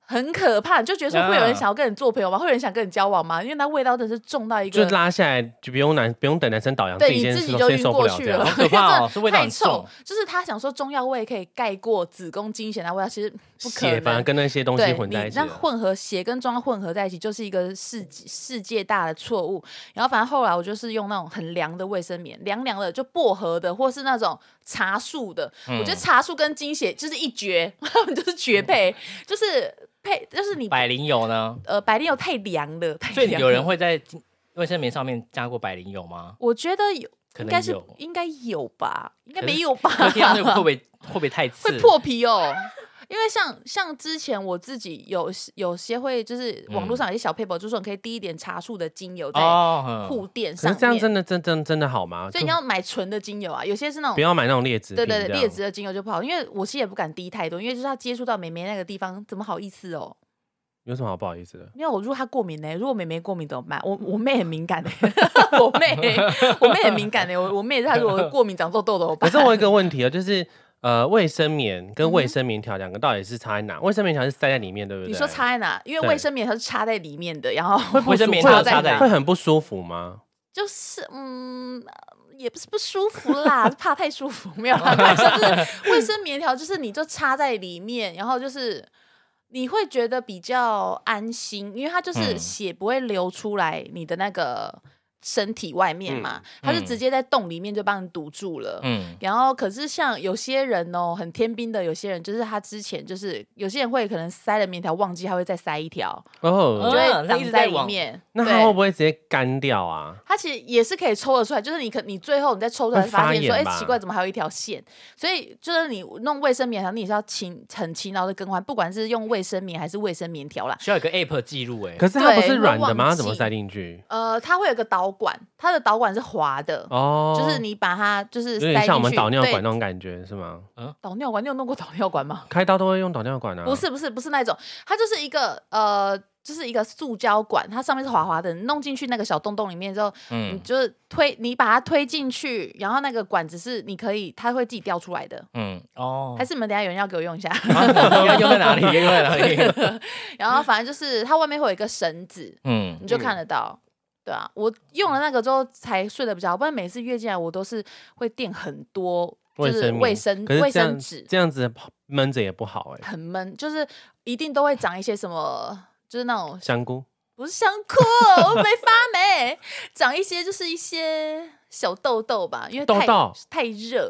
Speaker 1: 很可怕，你就觉得说会有人想要跟你做朋友吗？会有人想跟你交往吗？因为那味道真的是重到一
Speaker 2: 就
Speaker 1: 个，
Speaker 2: 拉下来就不用男不用等男生倒洋，
Speaker 1: 对
Speaker 2: 己
Speaker 1: 你
Speaker 2: 先
Speaker 1: 自己
Speaker 2: 受
Speaker 1: 就
Speaker 2: 先
Speaker 1: 晕
Speaker 2: 受不
Speaker 1: 过
Speaker 2: 了
Speaker 1: 去
Speaker 2: 这
Speaker 1: 了，
Speaker 2: 样
Speaker 3: 好。可 怕哦
Speaker 1: 真的
Speaker 3: 这味道
Speaker 1: 太
Speaker 3: 很
Speaker 1: 臭
Speaker 3: 重。
Speaker 1: 就是他想说中药味可以盖过子宫经血那味道，其实不可
Speaker 2: 血
Speaker 1: 能。
Speaker 2: 反而跟那些东西
Speaker 1: 对
Speaker 2: 混在一
Speaker 1: 你
Speaker 2: 起
Speaker 1: 让
Speaker 2: 了。
Speaker 1: 混合血跟妆混合在一起，就是一个世纪世界大的错误。然后反正后来我就是用那种很凉的卫生棉，凉凉的就薄荷的，或是那种茶树的。
Speaker 3: 嗯
Speaker 1: 我觉得茶树跟精血就是一绝， 就是绝配，就是配，就是你
Speaker 3: 百灵油呢？
Speaker 1: 呃白莲油太凉了，太
Speaker 3: 所以
Speaker 1: 凉
Speaker 3: 有人
Speaker 1: 了。
Speaker 3: 会在卫生棉上面加过百灵油吗？
Speaker 1: 我觉得有，
Speaker 3: 可
Speaker 1: 应
Speaker 3: 能
Speaker 1: 该是
Speaker 3: 有
Speaker 1: 应该有吧，应该
Speaker 3: 可是
Speaker 1: 没有吧？
Speaker 3: 可是这样会不会会不会太 刺？
Speaker 1: 会破皮哦。因为像像之前我自己有有些会就是
Speaker 2: 嗯
Speaker 1: 网络上有一些小 paper，、就说你可以滴一点茶树的精油在
Speaker 3: 哦，嗯
Speaker 1: 护垫
Speaker 2: 可
Speaker 1: 上
Speaker 2: 是这样
Speaker 1: 面，
Speaker 2: 真的真真真的好吗？
Speaker 1: 所以你要买纯的精油啊，有些是那
Speaker 2: 就不
Speaker 1: 种。
Speaker 2: 要买那种劣质
Speaker 1: 对
Speaker 2: 品
Speaker 1: 对
Speaker 2: 这
Speaker 1: 对，
Speaker 2: 样
Speaker 1: 劣质的精油就不好，因为我其实也不敢滴太多，因为就是它接触到美眉那个地方，怎么好意思哦？
Speaker 2: 有什么好不好意思的？
Speaker 1: 没有，如果她过敏呢、如果美眉过敏怎么办？我我妹很敏感的、 我妹我妹很敏感的、我我妹她如果过敏长皱痘痘，我
Speaker 2: 可
Speaker 1: 办
Speaker 2: 是我有一个问题啊，就是呃，卫生棉跟卫生棉条两个到底是差在哪？卫生棉条是塞在里面，对不对？
Speaker 1: 嗯你说插在哪？因为
Speaker 2: 对
Speaker 1: 卫生棉它是插在里面的，然后
Speaker 3: 不卫生 棉
Speaker 1: 会
Speaker 3: 插
Speaker 1: 有
Speaker 3: 插在
Speaker 1: 哪
Speaker 3: 里
Speaker 2: 会很不舒服吗？
Speaker 1: 就是嗯，也不是不舒服啦， 是怕太舒服没有啦，开玩笑就是卫生棉条，就是你就插在里面，然后就是你会觉得比较安心，因为它就是
Speaker 3: 嗯
Speaker 1: 血不会流出来你的那个身体外面嘛，它是
Speaker 3: 嗯
Speaker 1: 直接在洞里面就帮你堵住了。
Speaker 3: 嗯，
Speaker 1: 然后，可是像有些人哦，很天兵的，有些人就是他之前就是有些人会可能塞了棉条，忘记他会再塞一条，
Speaker 2: 哦，
Speaker 1: 就会
Speaker 3: 嗯他
Speaker 1: 挡
Speaker 3: 一直
Speaker 1: 在
Speaker 3: 在
Speaker 1: 里
Speaker 3: 往
Speaker 1: 面。
Speaker 2: 那
Speaker 1: 对
Speaker 2: 它会不会直接干掉啊？
Speaker 1: 它其实也是可以抽得出来，就是你可你最后你再抽出来
Speaker 2: 会
Speaker 1: 发现
Speaker 2: 发
Speaker 1: 说，哎、
Speaker 2: 炎吧
Speaker 1: 奇怪，怎么还有一条线？所以就是你弄卫生棉条，你也是要勤很勤劳的更换，不管是用卫生棉还是卫生棉条啦。
Speaker 3: 需要有个 app 记录哎。
Speaker 2: 可是它不是
Speaker 1: 对
Speaker 2: 软的
Speaker 1: 会忘
Speaker 2: 吗？
Speaker 1: 记
Speaker 2: 它怎么塞进去？
Speaker 1: 呃，它会有个导管，它的导管是滑的，
Speaker 2: 哦，
Speaker 1: 就是你把它就是
Speaker 2: 有
Speaker 1: 塞进
Speaker 2: 点
Speaker 1: 去，
Speaker 2: 像我们导尿
Speaker 1: 对
Speaker 2: 管那种感觉是吗？
Speaker 1: 导尿管，你有弄过导尿管吗？
Speaker 2: 开刀都会用导尿管啊？
Speaker 1: 不，是不是不是那种，它就是一个呃，就是一个塑胶管，它上面是滑滑的，你弄进去那个小洞洞里面之后，你
Speaker 3: 嗯
Speaker 1: 就是推，你把它推进去，然后那个管子是你可以，它会自己掉出来的。
Speaker 3: 嗯哦
Speaker 1: 还，是你们等一下有人要给我用一下？
Speaker 3: 啊要用在哪里？要用在哪里？
Speaker 1: 然后反正就是它外面会有一个绳子，
Speaker 3: 嗯
Speaker 1: 你就看得到。对啊，我用了那个之后才睡得比较好，不然每次月经来我都是会垫很多，就
Speaker 2: 卫
Speaker 1: 是
Speaker 2: 生棉
Speaker 1: 卫生
Speaker 2: 可
Speaker 1: 卫
Speaker 2: 是这
Speaker 1: 生
Speaker 2: 样
Speaker 1: 纸，
Speaker 2: 这样子闷着也不好哎。
Speaker 1: 很闷，就是一定都会长一些什么，就是那种
Speaker 2: 香菇
Speaker 1: 不是想哭，我没发霉，长一些就是一些小痘痘吧，因为
Speaker 2: 痘
Speaker 1: 太
Speaker 2: 痘
Speaker 1: 太热，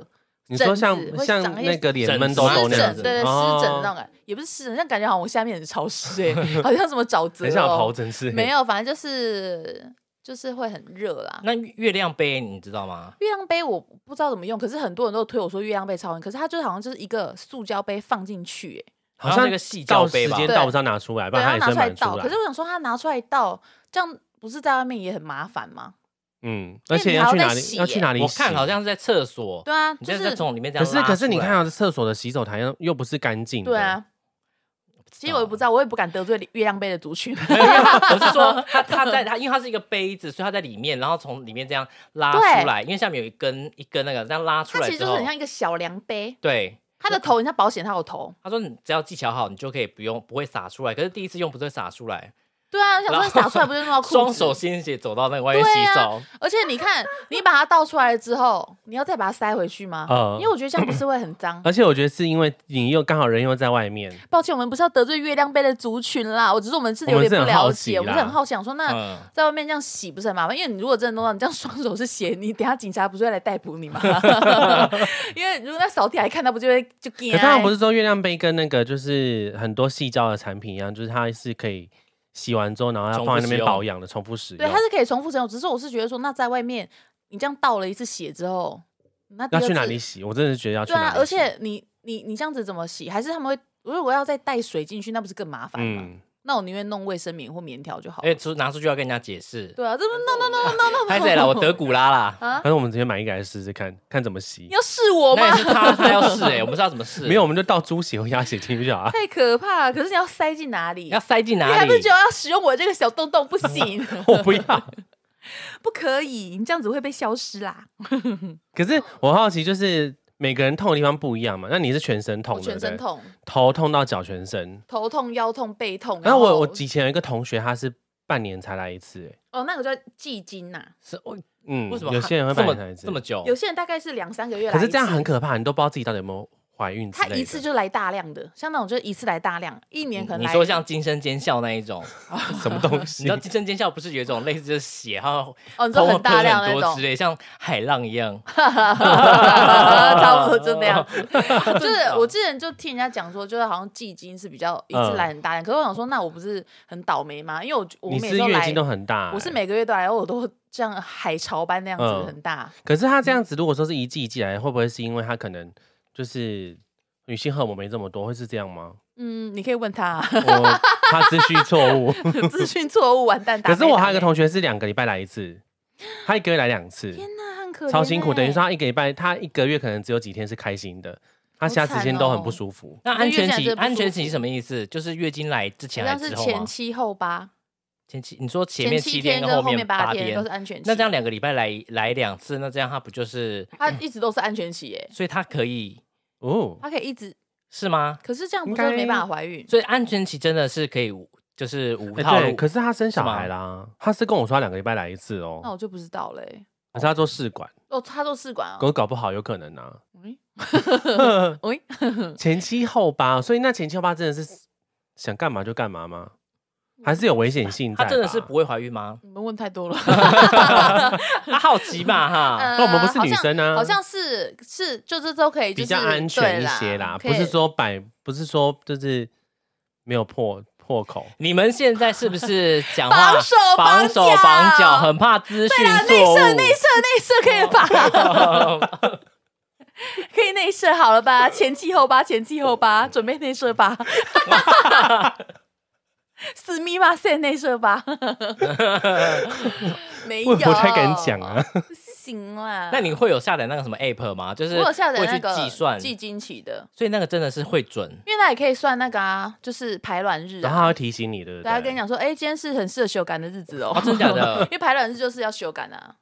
Speaker 2: 你说像
Speaker 1: 疹子会
Speaker 2: 像
Speaker 1: 长一
Speaker 2: 那个脸
Speaker 3: 疹
Speaker 2: 闷
Speaker 3: 子
Speaker 2: 痘
Speaker 3: 吗
Speaker 2: 痘
Speaker 1: 湿
Speaker 2: 那样
Speaker 1: 疹，
Speaker 2: 子，
Speaker 1: 对对，湿
Speaker 2: 哦
Speaker 1: 疹那种感，也不是湿疹，但感觉好像我下面很潮湿 哎、好像什么沼泽、
Speaker 2: 很像有
Speaker 1: 哦
Speaker 2: 疱，疹是
Speaker 1: 没有，反正就是就是会很热啦。
Speaker 3: 那月亮杯你知道吗？
Speaker 1: 月亮杯我不知道怎么用，可是很多人都推我说月亮杯超用，可是它就好像就是一个塑胶杯放进去、欸，
Speaker 2: 好
Speaker 3: 然后
Speaker 2: 像
Speaker 3: 那个细
Speaker 2: 到
Speaker 3: 胶杯
Speaker 2: 时
Speaker 3: 吧
Speaker 2: 间
Speaker 1: 对
Speaker 2: 到不知道拿出来，不
Speaker 1: 对，
Speaker 2: 然
Speaker 1: 然
Speaker 2: 它
Speaker 1: 后
Speaker 2: 也
Speaker 1: 拿
Speaker 2: 真
Speaker 1: 出来
Speaker 2: 满
Speaker 1: 倒。
Speaker 2: 出
Speaker 1: 可是我想说，它拿出来倒，这样不是在外面也很麻烦吗？
Speaker 2: 嗯，
Speaker 1: 因为
Speaker 2: 而
Speaker 1: 你
Speaker 2: 且
Speaker 1: 还
Speaker 2: 要
Speaker 1: 要
Speaker 2: 去
Speaker 1: 再
Speaker 2: 哪里
Speaker 1: 洗
Speaker 2: 要去
Speaker 1: 耶
Speaker 2: 哪里洗？
Speaker 3: 我看好像是在厕所，
Speaker 1: 对啊，
Speaker 3: 哦你
Speaker 1: 就
Speaker 3: 在在
Speaker 1: 是
Speaker 3: 从里面这
Speaker 2: 可
Speaker 3: 样
Speaker 2: 是可是你看到
Speaker 3: 到，
Speaker 2: 厕所的洗手台又又不是干净的，
Speaker 1: 对啊。其实我也不知道，我也不敢得罪月亮杯的族 群。
Speaker 3: 没有 没有我是说它它在它，因为它是一个杯子，所以它在里面，然后从里面这样拉
Speaker 1: 对
Speaker 3: 出来，因为下面有一根一根那个，这样拉出
Speaker 1: 它
Speaker 3: 来
Speaker 1: 其实
Speaker 3: 之
Speaker 1: 就是
Speaker 3: 后
Speaker 1: 很，像一个小量杯，
Speaker 3: 对，
Speaker 1: 它的头很像保险套的头。
Speaker 3: 他说你只要技巧好，你就可以不用不会洒出来。可是第一次用不是会洒出来，
Speaker 1: 对啊，我想说
Speaker 3: 然后
Speaker 1: 洒出来不是弄到裤子？
Speaker 3: 双手鲜血走到那个外
Speaker 1: 啊
Speaker 3: 面洗手，
Speaker 1: 而且你看，你把它倒出来之后，你要再把它塞回去吗？
Speaker 2: 嗯
Speaker 1: 因为我觉得这样不是会很脏。
Speaker 2: 而且我觉得是因为你又刚好人又在外面，
Speaker 1: 抱歉，我们不是要得罪月亮杯的族群啦，我只是我们是有
Speaker 2: 我
Speaker 1: 点
Speaker 2: 们是
Speaker 1: 不
Speaker 2: 很
Speaker 1: 了
Speaker 2: 好
Speaker 1: 解，
Speaker 2: 奇
Speaker 1: 我们是
Speaker 2: 啦
Speaker 1: 很好奇，想说那
Speaker 3: 嗯，
Speaker 1: 在外面这样洗不是很麻烦？因为你如果真的弄到你这样双手是血，你等下警察不是会来逮捕你吗？ 因为如果那扫地还看到，不就会就
Speaker 2: 可
Speaker 1: 惊
Speaker 2: 是他们不
Speaker 1: 啊？
Speaker 2: 是说月亮杯跟那个就是很多细胶的产品一样，就是它是可以洗完之后，然后要
Speaker 3: 重复
Speaker 2: 放在那
Speaker 3: 使
Speaker 2: 边
Speaker 3: 用
Speaker 2: 保养的，重复使
Speaker 1: 对，
Speaker 2: 用
Speaker 1: 它。是可以重复使用，只是我是觉得说，那在外面你这样倒了一次血之后，那第
Speaker 2: 要
Speaker 1: 二
Speaker 2: 去哪
Speaker 1: 次
Speaker 2: 里洗？我真的是觉得要去
Speaker 1: 对
Speaker 2: 哪里
Speaker 1: 啊
Speaker 2: 洗。，
Speaker 1: 而且你你你这样子怎么洗？还是他们会如果要再带水进去，那不是更麻烦吗？
Speaker 2: 嗯，
Speaker 1: 那我宁愿弄卫生棉或棉条就好
Speaker 3: 因为
Speaker 1: 了。
Speaker 3: 出拿出去要跟人家解释。
Speaker 1: 对啊，这不弄弄弄弄弄弄，
Speaker 3: 拍谁了？我德古 拉啦，
Speaker 2: 反正我们直接买一个来试试看，看怎么洗
Speaker 1: 你。要试我
Speaker 3: 那
Speaker 1: 吗
Speaker 3: 也？是他他要试哎，我不知道怎么试，
Speaker 2: 没有，我们就倒猪血或鸭血进去就好啊。
Speaker 1: 太可怕了！可是你要塞进哪里？
Speaker 3: 要塞进
Speaker 1: 你
Speaker 3: 哪
Speaker 1: 还
Speaker 3: 里
Speaker 1: 不？是觉得要使用我这个小洞洞不 行？
Speaker 2: 我不要。
Speaker 1: 不可以，你这样子会被消失啦。
Speaker 2: 可是我好奇，就是每个人痛的地方不一样嘛？那你是全身痛
Speaker 1: 我
Speaker 2: 的，
Speaker 1: 全
Speaker 2: 对
Speaker 1: 身
Speaker 2: 不对，
Speaker 1: 痛，
Speaker 2: 头痛到脚全身。
Speaker 1: 头痛、腰痛、背痛。
Speaker 2: 然后我我以前有一个同学，他是半年才来一次、欸，
Speaker 1: 哦，那个叫季经呐，
Speaker 3: 是哦
Speaker 2: 嗯，
Speaker 3: 为什么
Speaker 2: 有些人会
Speaker 3: 这
Speaker 2: 半
Speaker 3: 么
Speaker 2: 年才来一次
Speaker 3: 这么久
Speaker 1: 有？些人大概是两三个月来一
Speaker 2: 可
Speaker 1: 次。
Speaker 2: 是这样很可怕，你都不知道自己到底有没有怀孕之
Speaker 1: 他
Speaker 2: 类的。
Speaker 1: 一次就来大量的，像那种就一次来大量，一年可能
Speaker 3: 你
Speaker 1: 来
Speaker 3: 说像金身尖笑那一种，
Speaker 2: 什么东
Speaker 3: 你
Speaker 2: 西
Speaker 3: 知道？金身尖笑不是有一种类似就是血，然后
Speaker 1: 哦，你说
Speaker 3: 喷
Speaker 1: 很大量那
Speaker 3: 很多
Speaker 1: 种
Speaker 3: 之，类，像海浪一样。
Speaker 1: 差不多就那样
Speaker 2: 哦
Speaker 1: 子。就是我之前就听人家讲说，就是好像季经是比较一次来很大量，可是我想说，那我不是很倒霉吗？因为我我
Speaker 2: 嗯你
Speaker 1: 每
Speaker 2: 是
Speaker 1: 周
Speaker 2: 月
Speaker 1: 来
Speaker 2: 经，都很大、欸
Speaker 1: 我是。每个月都来，我都像海潮般那样子
Speaker 2: 嗯
Speaker 1: 很大。
Speaker 2: 可是他这样子，如果说是一季一季来，会不会是因为他可能就是女性荷尔蒙没这么多，会是这样吗？
Speaker 1: 嗯，你可以问他
Speaker 2: 我他资讯错误。
Speaker 1: 资讯错误，完蛋。打
Speaker 2: 可是
Speaker 1: 妹
Speaker 2: 我
Speaker 1: 打
Speaker 2: 还有一个
Speaker 1: 妹，
Speaker 2: 同学是两个礼拜来一次，他一个月来两次，
Speaker 1: 天哪，很可怜欸，
Speaker 2: 超辛苦。等于说他一个礼拜，他一个月可能只有几天是开心的，他其他时间都
Speaker 1: 哦
Speaker 2: 很不舒服。
Speaker 3: 那安全
Speaker 1: 月经
Speaker 3: 期
Speaker 1: 来真的不舒服
Speaker 3: 安全期是什么意思？就是月经来之前
Speaker 1: 好
Speaker 3: 还
Speaker 1: 像
Speaker 3: 是
Speaker 1: 是
Speaker 3: 之
Speaker 2: 啊
Speaker 3: 后吗
Speaker 1: 前？七后八，
Speaker 3: 前期你说前
Speaker 1: 前
Speaker 3: 面
Speaker 1: 七
Speaker 3: 天
Speaker 1: 跟
Speaker 3: 后
Speaker 1: 后面
Speaker 3: 八
Speaker 1: 天都是安全期。
Speaker 3: 那这样两个礼拜来来两次，那这样他不就是？
Speaker 1: 他一直都是安全期耶，
Speaker 3: 所以他可以
Speaker 2: 哦，
Speaker 1: 他可以一直，
Speaker 3: 是吗？
Speaker 1: 可是这样不就没
Speaker 2: 应该
Speaker 1: 办法怀
Speaker 2: 嗯
Speaker 1: 孕？
Speaker 3: 所以安全期真的是可以无，就是无
Speaker 2: 哎
Speaker 3: 套
Speaker 2: 对，
Speaker 3: 路。
Speaker 2: 可是他生小
Speaker 3: 是吗
Speaker 2: 孩啦，他是跟我说他两个礼拜来一次
Speaker 1: 那
Speaker 2: 哦，
Speaker 1: 我就不知道嘞。
Speaker 2: 可是他做试管，
Speaker 1: 哦，他做试管啊
Speaker 2: 可，是搞不好有可能 啊。
Speaker 1: 喂喂，
Speaker 2: 前期后八，所以那前期后八真的是想干嘛就干嘛吗？还是有危险性在
Speaker 3: 他
Speaker 2: 吧？
Speaker 3: 真的是
Speaker 1: 嗯
Speaker 3: 不会怀孕吗？
Speaker 1: 你们问太 多了。
Speaker 3: 他好奇吧哈。
Speaker 1: 呃
Speaker 2: 那我们不是女生啊
Speaker 1: 好像好像是是，就是都可以，就是
Speaker 2: 比较安全一些
Speaker 1: 对
Speaker 2: 啦，
Speaker 1: 可
Speaker 2: 不
Speaker 1: 以
Speaker 2: 是说百，不是说就是没有破破口。
Speaker 3: 你们现在是不是 讲话
Speaker 1: 绑手绑
Speaker 3: 绑
Speaker 1: 脚
Speaker 3: 手绑脚，很怕资
Speaker 1: 对
Speaker 3: 讯
Speaker 1: 啦，内
Speaker 3: 错误？
Speaker 1: 射内 射内射可以吧？可以内射好了吧？前气后八，前气后八，准备内射 吧。死密码塞内射 吧，没有，
Speaker 2: 我也不太敢讲啊，
Speaker 1: 行啦。
Speaker 3: 那你会有下载那个什么 app 吗？就是
Speaker 1: 我有下载
Speaker 3: 会
Speaker 1: 那
Speaker 3: 去
Speaker 1: 个
Speaker 3: 计算，
Speaker 1: 计经期的，
Speaker 3: 所以那个真的是会准。
Speaker 1: 因为那也可以算那个啊，就是排卵日
Speaker 2: 然后
Speaker 1: 啊。
Speaker 2: 他会提醒你，对不对？
Speaker 1: 对啊，跟你讲说，哎、今天是很适合休肝的日子哦，
Speaker 3: 哦真的假的
Speaker 1: 因为排卵日就是要休肝啊，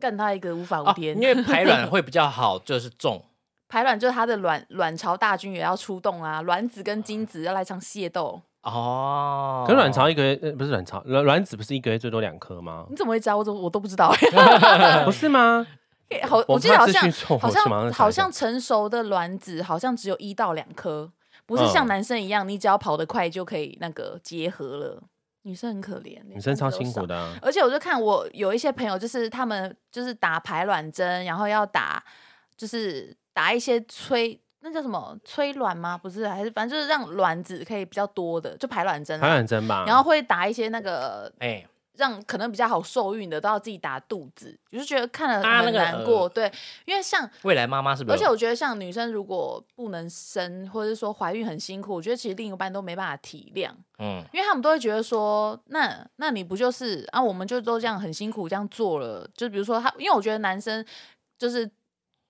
Speaker 1: 干他一个无法无
Speaker 3: 哦
Speaker 1: 天。
Speaker 3: 因为排 卵会比较好，就是中。
Speaker 1: 排卵就是他的卵卵巢大军也要出动啊，卵子跟精子要来场械斗。
Speaker 3: 哦，
Speaker 2: 可是卵巢一个月，呃不是卵巢，卵卵子不是一个月最多两颗吗？
Speaker 1: 你怎么会知道？我怎么我都不知道、
Speaker 2: 不是吗？
Speaker 1: 好，
Speaker 2: 我
Speaker 1: 记得
Speaker 2: 怕
Speaker 1: 好
Speaker 2: 资
Speaker 1: 像
Speaker 2: 讯错误
Speaker 1: 好
Speaker 2: 我去马
Speaker 1: 像
Speaker 2: 上查一下
Speaker 1: 好像成熟的卵子好像只有一到两颗，不是像
Speaker 2: 嗯
Speaker 1: 男生一样，你只要跑得快就可以那个结合了。女生很可怜，
Speaker 2: 女生超辛苦。的啊、
Speaker 1: 而且我就看我有一些朋友，就是他们就是打排卵针，然后要打就是打一些催那叫什么催卵吗？不是，还是反正就是让卵子可以比较多的，就排卵针啦
Speaker 2: 排卵针
Speaker 3: 啊
Speaker 2: 吧。
Speaker 1: 然后会打一些那个
Speaker 3: 哎，
Speaker 1: 让可能比较好受孕的，都要自己打肚子，我就觉得看了
Speaker 3: 啊那
Speaker 1: 很
Speaker 3: 个
Speaker 1: 难过。对，因为像
Speaker 3: 未来妈妈是不是
Speaker 1: 而且
Speaker 3: 有？
Speaker 1: 我觉得，像女生如果不能生，或者是说怀孕很辛苦，我觉得其实另一半都没办法体谅，
Speaker 3: 嗯，
Speaker 1: 因为他们都会觉得说，那那你不就是啊，我们就都这样很辛苦这样做了，就比如说他，因为我觉得男生就是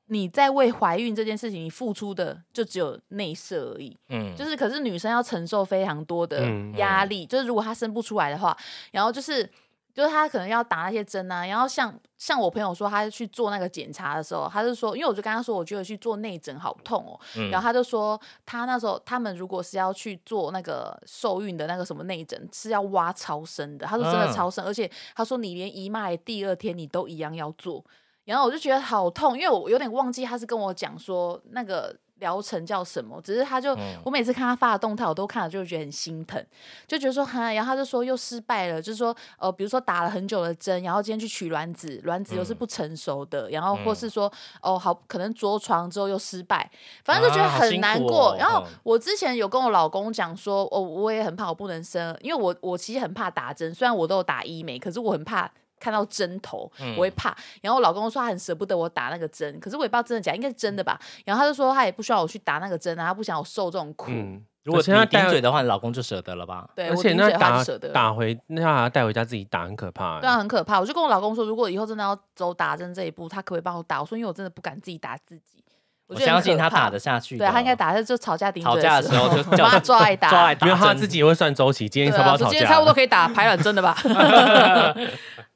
Speaker 1: 你在为怀孕这件事情，你付出的就只有内射而已，
Speaker 3: 嗯，
Speaker 1: 就是可是女生要承受非常多的
Speaker 2: 嗯
Speaker 1: 压力，就是如果她生不出来的话，然后就是就是她可能要打那些针啊，然后像像我朋友说，她去做那个检查的时候，她就说，因为我就跟她说，我觉得去做内诊好痛哦，
Speaker 3: 嗯
Speaker 1: 然后她就说，她那时候他们如果是要去做那个受孕的那个什么内诊，是要挖超深的，她说真的
Speaker 3: 嗯
Speaker 1: 超深，而且她说你连姨妈的第二天你都一样要做，然后我就觉得好痛，因为我有点忘记他是跟我讲说那个疗程叫什么，只是他就、
Speaker 3: 嗯
Speaker 1: 我每次看他发的动态，我都看了就觉得很心疼，就觉得说哈，然后他就说又失败了，就是说呃，比如说打了很久的针，然后今天去取卵子，卵子又是不成熟的，然后或是说哦好，可能着床之后又失败，反正就觉得
Speaker 3: 啊好
Speaker 1: 很
Speaker 3: 辛
Speaker 1: 难
Speaker 3: 苦
Speaker 1: 过。
Speaker 3: 哦
Speaker 1: 然后
Speaker 3: 嗯
Speaker 1: 我之前有跟我老公讲说，哦，我也很怕我不能生，因为我我其实很怕打针，虽然我都有打医美，可是我很怕。看到针头，我会怕。然后我老公说他很舍不得我打那个针，可是我也不知道真的假，应该是真的吧。然后他就说他也不需要我去打那个针啊，他不想我受这种苦。
Speaker 2: 嗯，
Speaker 3: 如果
Speaker 2: 而且他
Speaker 3: 你顶
Speaker 2: 带
Speaker 3: 嘴的话，你老公就舍得了吧？
Speaker 1: 对，
Speaker 2: 而
Speaker 1: 我
Speaker 2: 且
Speaker 1: 顶
Speaker 2: 那
Speaker 1: 嘴他
Speaker 2: 打
Speaker 1: 就舍得。
Speaker 2: 打回那他带回家自己打很可怕、欸
Speaker 1: 对啊，很可怕。我就跟我老公说，如果以后真的要走打针这一步，他可不可以帮我打？我说，因为我真的不敢自己打自己。
Speaker 3: 我
Speaker 1: 觉得很
Speaker 3: 相信
Speaker 1: 可
Speaker 3: 他
Speaker 1: 怕
Speaker 3: 打得下去的。
Speaker 1: 对他应该打在就吵架顶
Speaker 3: 吵
Speaker 1: 嘴
Speaker 3: 架的
Speaker 1: 时
Speaker 3: 时候就叫
Speaker 1: 把他
Speaker 3: 他
Speaker 1: 抓来打，
Speaker 3: 抓来打
Speaker 2: 没有他
Speaker 3: 针
Speaker 2: 自己也会算周期，今天
Speaker 1: 对
Speaker 2: 差不
Speaker 1: 啊，
Speaker 2: 多
Speaker 1: 就
Speaker 2: 吵
Speaker 1: 今天
Speaker 2: 架，
Speaker 1: 差不多可以打排卵针的 吧？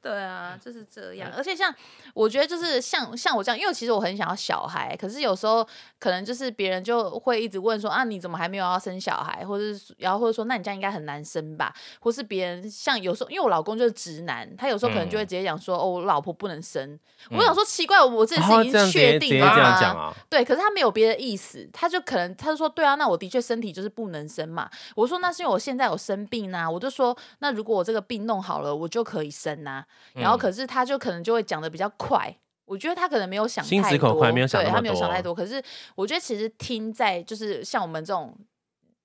Speaker 1: 对啊，就是这样。而且像我觉得就是像像我这样，因为其实我很想要小孩，可是有时候可能就是别人就会一直问说啊，你怎么还没有要生小孩？或者是然后或者说那你这样应该很难生吧？或是别人像有时候，因为我老公就是直男，他有时候可能就会直接讲说、哦，我老婆不能生。我想说奇怪，我自己
Speaker 2: 然后
Speaker 1: 是已
Speaker 2: 哦这
Speaker 1: 经
Speaker 2: 样直接
Speaker 1: 确
Speaker 2: 直
Speaker 1: 定
Speaker 2: 接
Speaker 1: 了吗？
Speaker 2: 这样讲啊，
Speaker 1: 对，可是他没有别的意思，他就可能他就说，对啊，那我的确身体就是不能生嘛。我说那是因为我现在有生病呐、我就说那如果我这个病弄好了，我就可以生呐、然后
Speaker 2: 嗯
Speaker 1: 可是他就可能就会讲的比较快，我觉得他可能没有想
Speaker 2: 心直
Speaker 1: 太
Speaker 2: 口
Speaker 1: 多
Speaker 2: 快没有想
Speaker 1: 对
Speaker 2: 那
Speaker 1: 他
Speaker 2: 么
Speaker 1: 没有想
Speaker 2: 多
Speaker 1: 太多。可是我觉得其实听在就是像我们这种，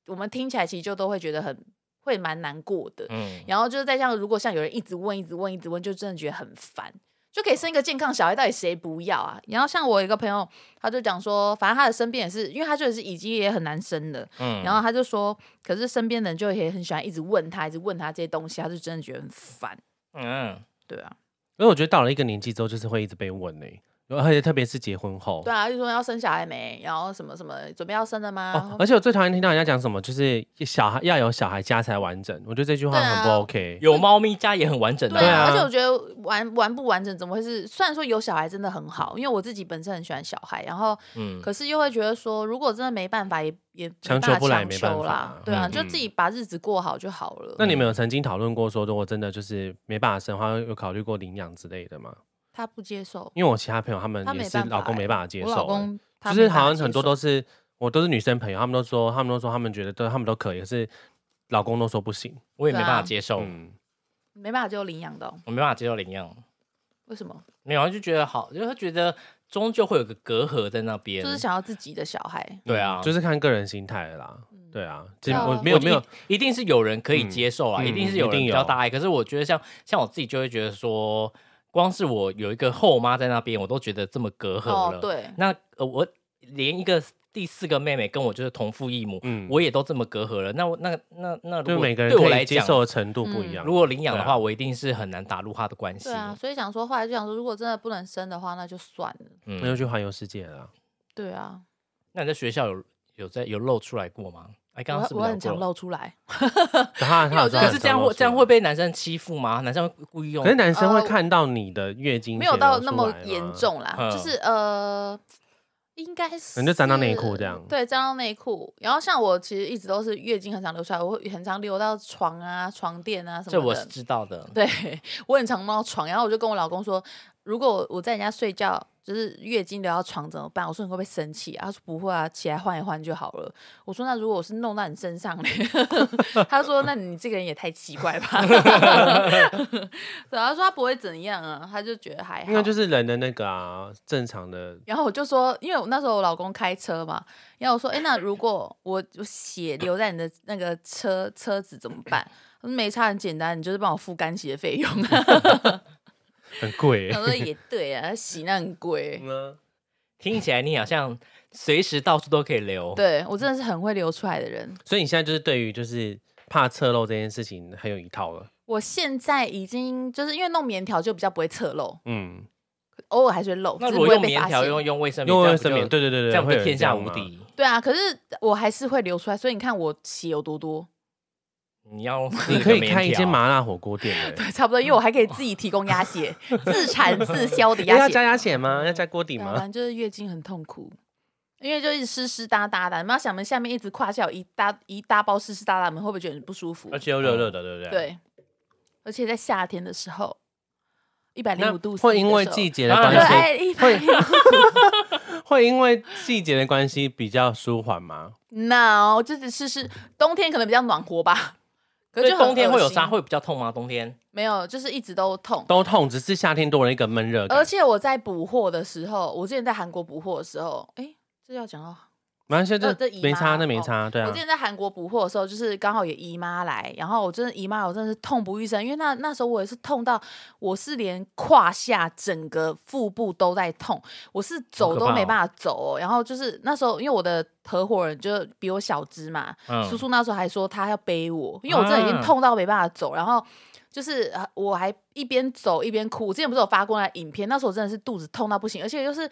Speaker 1: 我们听起来其实就都会觉得很会蛮难过的。
Speaker 3: 嗯，
Speaker 1: 然后就是再加上，如果像有人一直问、一直问、一直问，就真的觉得很烦。就可以生一个健康小孩，到底谁不要啊？然后像我有一个朋友，他就讲说，反正他的身边也是，因为他就是已经也很难生了，
Speaker 3: 嗯
Speaker 1: 然后他就说，可是身边的人就也很喜欢一直问他，一直问他这些东西，他就真的觉得很烦。
Speaker 3: 嗯，
Speaker 1: 对啊，
Speaker 2: 因为我觉得到了一个年纪之后，就是会一直被问呢、而且特别是结婚后，
Speaker 1: 对啊，就说要生小孩没，然后什么什么，准备要生了吗
Speaker 2: 哦，？而且我最讨厌听到人家讲什么，就是小孩要有小孩家才完整，我觉得这句话很不
Speaker 1: 对啊
Speaker 2: OK。
Speaker 3: 有猫咪家也很完整的
Speaker 1: 对
Speaker 2: 对
Speaker 1: 啊，
Speaker 2: 啊
Speaker 1: 而且我觉得完完不完整怎么会是？虽然说有小孩真的很好，因为我自己本身很喜欢小孩，然后
Speaker 3: 嗯，
Speaker 1: 可是又会觉得说，如果真的没办法，也也没
Speaker 2: 强求
Speaker 1: 办法
Speaker 2: 不来
Speaker 1: 强
Speaker 2: 没办
Speaker 1: 求啦
Speaker 2: 法，
Speaker 1: 对啊，
Speaker 2: 嗯
Speaker 1: 就自己把日子过好就好了。
Speaker 2: 那你们有曾经讨论过说，如果真的就是没办法生的话，有考虑过领养之类的吗？
Speaker 1: 他不接受，
Speaker 2: 因为我其他朋友他们
Speaker 1: 他
Speaker 2: 也
Speaker 1: 没
Speaker 2: 是
Speaker 1: 办法欸，
Speaker 2: 老公没办法接受、欸
Speaker 1: 我老公他
Speaker 2: 就
Speaker 1: 没
Speaker 2: 是
Speaker 1: 办法
Speaker 2: 好像很多
Speaker 1: 接受
Speaker 2: 都是我都是女生朋友，他们都说他们都说他们觉得都他们都可以，可是老公都说不行。
Speaker 3: 我也没
Speaker 1: 对啊
Speaker 3: 办法接受，
Speaker 2: 嗯，
Speaker 1: 没办法就领养的哦、
Speaker 3: 我没办法接受领养，
Speaker 1: 为什么？
Speaker 3: 没有，就觉得好，就是觉得终究会有个隔阂在那边，
Speaker 1: 就是想要自己的小孩。
Speaker 3: 对啊，
Speaker 2: 嗯就是是看个人心态了啦。对啊，其实
Speaker 1: 对啊
Speaker 2: 我没有没有，
Speaker 3: 一定是有人可以接受啦，
Speaker 2: 嗯
Speaker 3: 一定是有
Speaker 2: 一
Speaker 3: 人
Speaker 2: 定
Speaker 3: 比
Speaker 2: 有
Speaker 3: 较大爱，可是我觉得像像我自己就会觉得说，光是我有一个后妈在那边，我都觉得这么隔阂了，
Speaker 1: 哦，对，
Speaker 3: 那呃，我连一个第四个妹妹跟我就是同父异母，
Speaker 2: 嗯
Speaker 3: 我也都这么隔阂了。那我那那那，如
Speaker 2: 就
Speaker 3: 果
Speaker 2: 每个人
Speaker 3: 对我
Speaker 2: 可
Speaker 3: 来
Speaker 2: 以接
Speaker 3: 讲，
Speaker 2: 受的程度
Speaker 1: 嗯
Speaker 2: 不一样。
Speaker 3: 如果领养的
Speaker 2: 对
Speaker 3: 话，
Speaker 2: 啊
Speaker 3: 我一定是很难打入他的关系
Speaker 1: 对。啊，所以想说，后来就想说，如果真的不能生的话，那就算了。
Speaker 2: 那就
Speaker 3: 嗯，
Speaker 2: 去环游世界 了啦。
Speaker 1: 对啊，
Speaker 3: 那你在学校有有在有露出来过吗？哎，刚刚是
Speaker 1: 我
Speaker 3: 不
Speaker 1: 我
Speaker 3: 是
Speaker 1: 很
Speaker 3: 聊
Speaker 1: 常
Speaker 3: 过了？
Speaker 1: 露出来，
Speaker 2: 然后他
Speaker 1: 因为
Speaker 2: 有
Speaker 1: 我
Speaker 2: 时
Speaker 1: 真的
Speaker 3: 啊
Speaker 2: 候
Speaker 3: 可
Speaker 2: 很
Speaker 3: 是这样
Speaker 2: 常露
Speaker 3: 会这样
Speaker 2: 出
Speaker 3: 会
Speaker 2: 来，
Speaker 3: 被男生欺负吗？男生会故意用
Speaker 2: 可是男生会
Speaker 1: 呃
Speaker 2: 看到你的月经，
Speaker 1: 没有到那么严，重啦，
Speaker 3: 嗯
Speaker 1: 就是呃，应该是
Speaker 2: 能就沾到内裤这样
Speaker 1: 对，沾到内裤。然后像我其实一直都是月经很常流出来，我会很常流到床啊、床垫啊什
Speaker 3: 这
Speaker 1: 么
Speaker 3: 我是
Speaker 1: 的。
Speaker 3: 知道的。
Speaker 1: 对我很常梦到床，然后我就跟我老公说，如果我在人家睡觉，就是月经流到床怎么办？我说你会不会生气啊？他说不会啊，起来换一换就好了。我说那如果我是弄到你身上嘞， 他说那你这个人也太奇怪吧。 对，他说他不会怎样啊，他就觉得还
Speaker 2: 因为
Speaker 1: 好。
Speaker 2: 就是人的那个啊，正常的
Speaker 1: 然后我就说，因为我那时候我老公开车嘛，然后我说，哎，那如果我我血留在你的那个车车子怎么办？他说没差，很简单，你就是帮我付干洗的费用。啊
Speaker 2: 很贵
Speaker 1: 他
Speaker 2: 欸。
Speaker 1: 说也对啊，洗那很贵。
Speaker 2: 嗯啊
Speaker 3: 听起来你好像随时到处都可以留。
Speaker 1: 对我真的是很会流出来的人。
Speaker 2: 所以你现在就是对于就是怕侧漏这件事情很有一套了。
Speaker 1: 我现在已经就是因为弄棉条就比较不会侧漏，
Speaker 2: 嗯，
Speaker 1: 偶尔还是会漏，
Speaker 3: 那
Speaker 1: 只
Speaker 3: 如
Speaker 1: 是不
Speaker 3: 果
Speaker 1: 会
Speaker 3: 用
Speaker 1: 被
Speaker 3: 棉
Speaker 1: 发
Speaker 3: 条，
Speaker 1: 现。
Speaker 3: 用用卫生棉，
Speaker 2: 因
Speaker 3: 这样
Speaker 2: 为
Speaker 3: 不就
Speaker 2: 生棉，对对对对，
Speaker 3: 这样不
Speaker 2: 会有
Speaker 3: 就
Speaker 2: 人
Speaker 3: 天下
Speaker 2: 样
Speaker 3: 无
Speaker 2: 吗。
Speaker 3: 敌？
Speaker 1: 对啊，可是我还是会流出来，所以你看我血有多多，
Speaker 3: 你要
Speaker 2: 你可以开一间
Speaker 3: 间嘛？
Speaker 2: 麻辣火 锅店的、欸。
Speaker 1: 对，差不多，因为我还可以自己提供鸭血，自产自销 的
Speaker 2: 哎
Speaker 1: 鸭
Speaker 2: 要
Speaker 1: 血
Speaker 2: 加。鸭血吗？要加锅底
Speaker 1: 对啊
Speaker 2: 吗？
Speaker 1: 反正就是月经很痛苦，因为就是湿湿哒哒的，你们要想，我们下面一直胯下有一大一大包湿湿哒哒，你们会不会觉得很不舒服？
Speaker 3: 呃
Speaker 2: 而且又哦热热的，对不
Speaker 1: 嗯
Speaker 2: 对？。
Speaker 1: 对，而且在夏天的时候，一百零
Speaker 2: 那
Speaker 1: 五度 C
Speaker 2: 会因
Speaker 1: 的
Speaker 2: 为
Speaker 1: 时候
Speaker 2: 季节的
Speaker 3: 当
Speaker 1: 对，
Speaker 3: 然
Speaker 2: 关
Speaker 1: 哎，一百
Speaker 2: 会
Speaker 1: 零五
Speaker 2: 系，会因为季节的关系比较舒缓吗？
Speaker 1: No，就只是是冬天可能比较暖和吧，可是
Speaker 3: 所以
Speaker 1: 就很
Speaker 3: 冬天
Speaker 1: 恶
Speaker 3: 会有
Speaker 1: 心啊
Speaker 3: 沙，会比较痛吗？冬天
Speaker 1: 没有，就是一直都痛。
Speaker 2: 都痛，只是夏天多了一个闷热感
Speaker 1: 而。且我在补货的时候，我之前在韩国补货的时候，哎，这要讲到
Speaker 2: 反正
Speaker 1: 呃
Speaker 2: 现
Speaker 1: 这
Speaker 2: 在
Speaker 1: 姨
Speaker 2: 就
Speaker 1: 妈
Speaker 2: 没差，那
Speaker 1: 哦
Speaker 2: 没差，对
Speaker 1: 我
Speaker 2: 啊
Speaker 1: 之。前在韩国补货的时候，就是刚好也姨妈来，然后我真的姨妈，我真的是痛不欲生，因为那那时候我也是痛到我是连胯下整个腹部都在痛，我是走
Speaker 3: 好可
Speaker 1: 都
Speaker 3: 怕
Speaker 1: 没
Speaker 3: 哦
Speaker 1: 办法走、哦。然后就是那时候，因为我的合伙人就比我小只嘛，
Speaker 3: 嗯
Speaker 1: 叔叔那时候还说他要背我，因为我真的已经痛到没办法走，然后。就是呃我还一边走一边哭，我之前不是有发过那影片，那时候我真的是肚子痛到不行，而且又是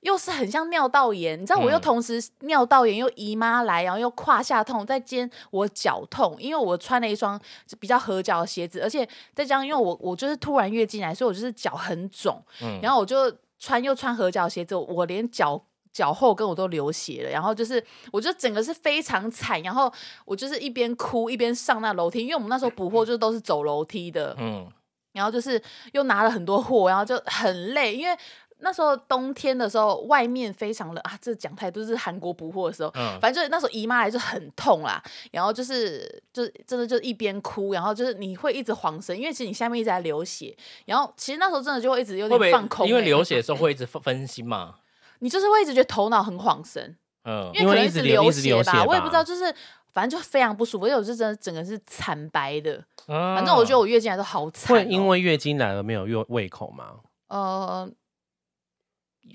Speaker 1: 又是很像尿道炎，你知道我又
Speaker 3: 嗯
Speaker 1: 同时尿道炎又姨妈来，然后又胯下痛，再兼我脚痛，因为我穿了一双比较合脚的鞋子，而且再加上因为我我就是突然月经来，所以我就是脚很肿，
Speaker 3: 嗯
Speaker 1: 然后我就穿又穿合脚鞋子，我连脚。脚后跟我都流血了，然后就是，我就整个是非常惨，然后我就是一边哭一边上那楼梯，因为我们那时候补货就都是走楼梯的，
Speaker 3: 嗯，
Speaker 1: 然后就是又拿了很多货，然后就很累，因为那时候冬天的时候，外面非常冷啊。这讲太多，就是韩国补货的时候，
Speaker 3: 嗯
Speaker 1: 反正就是那时候姨妈来就很痛啦，然后就是就是真的就一边哭，然后就是你会一直晃神，因为其实你下面一直在流血，然后其实那时候真的就会一直有
Speaker 3: 会不
Speaker 1: 点
Speaker 3: 会
Speaker 1: 放空欸、
Speaker 3: 因为流血的时候会一直分分心嘛？
Speaker 1: 你就是会一直觉得头脑很晃神，
Speaker 3: 嗯，
Speaker 1: 因为可能
Speaker 2: 因为一直
Speaker 1: 是
Speaker 2: 流一直
Speaker 1: 血
Speaker 2: 流
Speaker 1: 吧，
Speaker 2: 血吧
Speaker 1: 我也不知道，就是反正就非常不舒服，因为我是真的整个是惨白的，
Speaker 3: 反
Speaker 1: 反正我觉 得我月经来都好惨、
Speaker 2: 嗯
Speaker 1: 哦
Speaker 2: 会因为月经来而没有胃胃口吗？。
Speaker 1: 呃，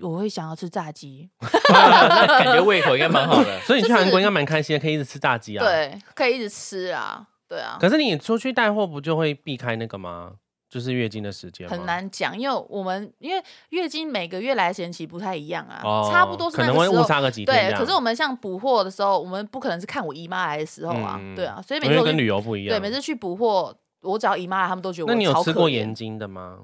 Speaker 1: 我会想要吃炸鸡，
Speaker 3: 感觉胃口应该蛮好的
Speaker 2: 所以你去
Speaker 1: 就是
Speaker 2: 韩国应该蛮开心的，可以一直吃大鸡啊。。
Speaker 1: 对，可以一直吃啊，对啊，
Speaker 2: 可是你出去带货不就会避开那个吗？就是月经的时间吗
Speaker 1: 很难讲，因为我们因为月经每个月来的时间其实不太一样啊，
Speaker 2: 哦，
Speaker 1: 差不多是
Speaker 2: 可
Speaker 1: 那
Speaker 2: 能会
Speaker 1: 个时
Speaker 2: 误
Speaker 1: 候。
Speaker 2: 差个几天这
Speaker 1: 对，
Speaker 2: 样。
Speaker 1: 可是我们像补货的时候，我们不可能是看我姨妈来的时候啊，
Speaker 2: 嗯
Speaker 1: 对啊，所以每
Speaker 2: 因
Speaker 1: 次
Speaker 2: 为
Speaker 1: 我
Speaker 2: 跟旅
Speaker 1: 去
Speaker 2: 游不一样。
Speaker 1: 对每次去补货，我只要姨妈来，他们都觉得
Speaker 2: 那
Speaker 1: 我
Speaker 2: 你有
Speaker 1: 超
Speaker 2: 吃
Speaker 1: 可
Speaker 2: 过
Speaker 1: 怜
Speaker 2: 盐津的吗？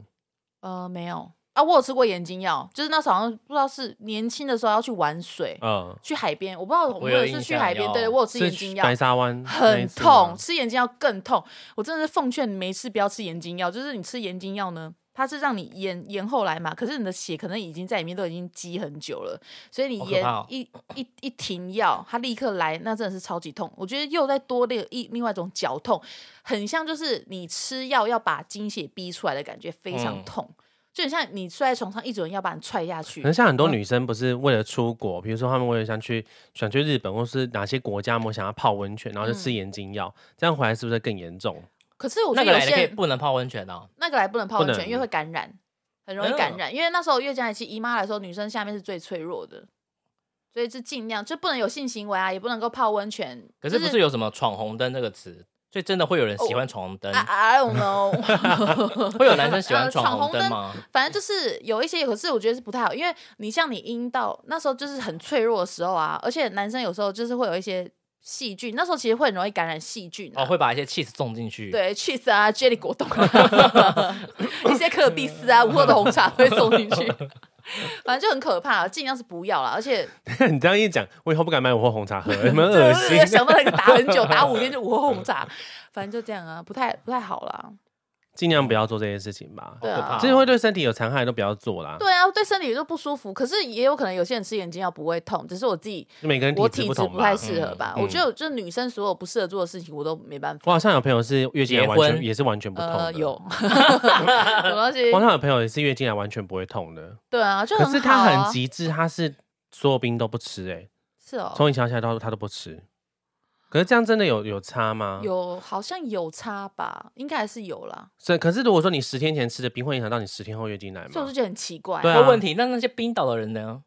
Speaker 1: 呃，没有啊，我有吃过眼睛药，就是那时候好像不知道是年轻的时候要去玩水，
Speaker 2: 嗯，
Speaker 1: 去海边，我不知道我
Speaker 3: 我
Speaker 1: 们
Speaker 3: 有
Speaker 1: 有一次
Speaker 3: 印
Speaker 1: 去
Speaker 3: 象
Speaker 1: 海边，
Speaker 3: 有
Speaker 1: 对我有吃眼
Speaker 2: 是
Speaker 1: 睛
Speaker 2: 去
Speaker 1: 药
Speaker 2: 白，沙湾那一
Speaker 1: 很
Speaker 2: 次吗
Speaker 1: 痛，。吃眼睛药更痛。我真的是奉劝没事不要吃眼睛药，就是你吃眼睛药呢，它是让你延延后来嘛，可是你的血可能已经在里面都已经积很久了，所以你
Speaker 3: 好可
Speaker 1: 延、
Speaker 3: 怕哦
Speaker 1: 一一一停药，它立刻来，那真的是超级痛。我觉得又再多另一另外一种绞痛，很像就是你吃药要把经血逼出来的感觉，非常
Speaker 3: 嗯
Speaker 1: 痛。就很像你睡在床上，一有人要把你踹下去
Speaker 2: 可，能
Speaker 1: 嗯
Speaker 2: 像很多女生不是为了出国，比如说她们为了想去想去日本或是哪些国家，我想要泡温泉，然后就
Speaker 1: 嗯
Speaker 2: 吃盐津药，这样回来是不是更严重？
Speaker 1: 可是 我觉
Speaker 3: 那
Speaker 1: 得
Speaker 3: 个
Speaker 1: 有
Speaker 3: 来
Speaker 1: 些
Speaker 3: 的可以
Speaker 1: 人
Speaker 3: 不能泡温泉哦，
Speaker 1: 那个来不能泡
Speaker 2: 不
Speaker 1: 温泉，
Speaker 2: 能
Speaker 1: 因为会感染，很
Speaker 3: 哎
Speaker 1: 容易感染。因为那时候月经来期，姨妈来说，女生下面是最脆弱的，所以是尽量就不能有性行为啊，也不能够泡温泉。
Speaker 3: 可是不
Speaker 1: 就是
Speaker 3: 有什么“闯红灯”这个词，所以真的会有人喜欢闯红灯
Speaker 1: 啊，？I don't know，
Speaker 3: 会有男生喜
Speaker 1: 呃
Speaker 3: 欢
Speaker 1: 闯
Speaker 3: 闯
Speaker 1: 红
Speaker 3: 红灯
Speaker 1: 灯
Speaker 3: 吗？
Speaker 1: 反正就是有一些，可是我觉得是不太好，因为你像你阴道那时候就是很脆弱的时候啊，而且男生有时候就是会有一些细菌，那时候其实会很容易感染细菌、啊。
Speaker 3: 哦，会把一些 cheese 送进去。，
Speaker 1: 对，cheese 啊，jelly 果冻 啊，一些可比斯啊，午后的红茶都会送进去，反正就很可怕，尽量是不要啦。而且
Speaker 2: 你这样一讲，我以后不敢买午后红茶 喝，你们恶心
Speaker 1: 对，。想到那个打很久，打五天就午后红茶，反正就这样啊，不太不太好啦。
Speaker 2: 尽量不要做这件事情吧。
Speaker 1: 对
Speaker 3: 可怕
Speaker 1: 啊
Speaker 3: 哦
Speaker 2: 这些会对身体有残害都不要做啦。
Speaker 1: 对啊，对身体就不舒服。可是也有可能有些人吃眼睛药不会痛，只是我自己
Speaker 2: 每个人
Speaker 1: 我
Speaker 2: 体质
Speaker 1: 体
Speaker 2: 不
Speaker 1: 质
Speaker 2: 同
Speaker 1: 不
Speaker 2: 吧嗯
Speaker 1: 太。适合吧。我觉得我就是女生所有不适合做的事情，我都没办
Speaker 2: 我
Speaker 1: 法。
Speaker 2: 好像有朋友是月经来
Speaker 3: 结
Speaker 2: 完全
Speaker 3: 婚
Speaker 2: 也是完全不痛的，
Speaker 1: 呃， 有 什么东西
Speaker 2: 我？好像有朋友也是月经来完全不会痛的，
Speaker 1: 对啊，就很
Speaker 2: 可
Speaker 1: 好、啊。
Speaker 2: 是他很，极致，他是所有冰都不吃、欸，
Speaker 1: 是哦
Speaker 2: 哎，，从以前到现在都他都不吃。可是这样真的有有差吗？，
Speaker 1: 有好像有差吧，应该还是有啦。
Speaker 2: 所以可是如果说你十天前吃的冰会影响到你十天后月经来
Speaker 1: 所以我
Speaker 2: 吗
Speaker 1: 就？觉得很奇怪。
Speaker 2: 对啊
Speaker 3: 有问题。那那些冰岛的人呢？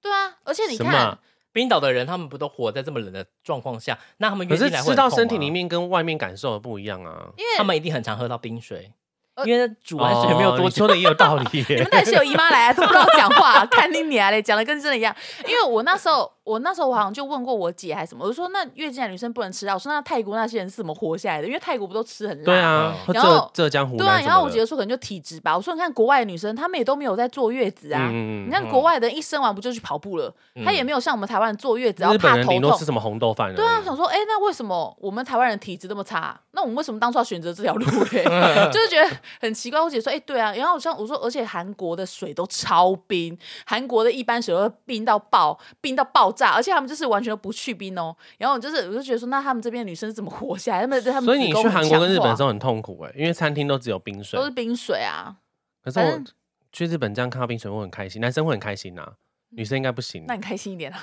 Speaker 1: 对啊，而且你
Speaker 2: 什么
Speaker 1: 看
Speaker 2: 啊？，
Speaker 3: 冰岛的人他们不都活在这么冷的状况下？那他们
Speaker 2: 可
Speaker 3: 月
Speaker 2: 是
Speaker 3: 经来会
Speaker 2: 吃
Speaker 3: 很
Speaker 2: 到
Speaker 3: 痛
Speaker 2: 身体
Speaker 3: 吗
Speaker 2: 里，面跟外面感受的不一样啊。
Speaker 1: 啊因为
Speaker 3: 他们一定很常喝到冰水，
Speaker 1: 呃
Speaker 3: 因为煮完水没有
Speaker 2: 哦
Speaker 3: 多
Speaker 2: 你
Speaker 3: 久
Speaker 2: 说的也有道理
Speaker 1: 你
Speaker 2: 耶
Speaker 1: 们。那也是有姨妈来、啊，都不知道讲话、 看你你嘞，讲的跟真的一样。因为我那时候，我那时候我好像就问过我姐还是什么，我就说那月经来女生不能吃辣，我说那泰国那些人是怎么活下来的？因为泰国不都吃很辣？
Speaker 2: 对
Speaker 3: 嗯
Speaker 2: 啊，或
Speaker 1: 然后
Speaker 2: 浙浙江湖
Speaker 1: 对啊，
Speaker 2: 南什么的。
Speaker 1: 然后我姐说可能就体质吧。我说你看国外的女生，她们也都没有在坐月子啊。
Speaker 2: 嗯
Speaker 1: 你看国外的人一生完不就去跑步了？她也没有像我们台湾人坐月子，然后
Speaker 2: 日本
Speaker 1: 怕
Speaker 2: 人
Speaker 1: 头
Speaker 2: 顶多吃
Speaker 1: 痛。
Speaker 2: 什么红豆饭而已？
Speaker 1: 对啊，想说，哎、那为什么我们台湾人体质那么差、那我们为什么当初要选择这条 路嘞？就是觉得很奇怪。我姐说，哎、对啊，然后好像我说，而且韩国的水都超冰，韩国的一般水都会冰到爆，冰到爆炸，而且他们就是完全不去冰哦。然后我就是，我就觉得说，那他们这边的女生是怎么活下来？他们他们
Speaker 2: 所以你
Speaker 1: 子宫
Speaker 2: 去
Speaker 1: 很
Speaker 2: 韩国跟
Speaker 1: 强
Speaker 2: 日本
Speaker 1: 化
Speaker 2: 的时候很痛苦哎、因为餐厅都只有冰水
Speaker 1: 都。是冰水啊。
Speaker 2: 可是
Speaker 1: 反
Speaker 2: 我
Speaker 1: 正
Speaker 2: 去日本这样看到冰水会很开心，男生会很开心呐、啊女生应该不行。
Speaker 1: 那你开心一点 啦。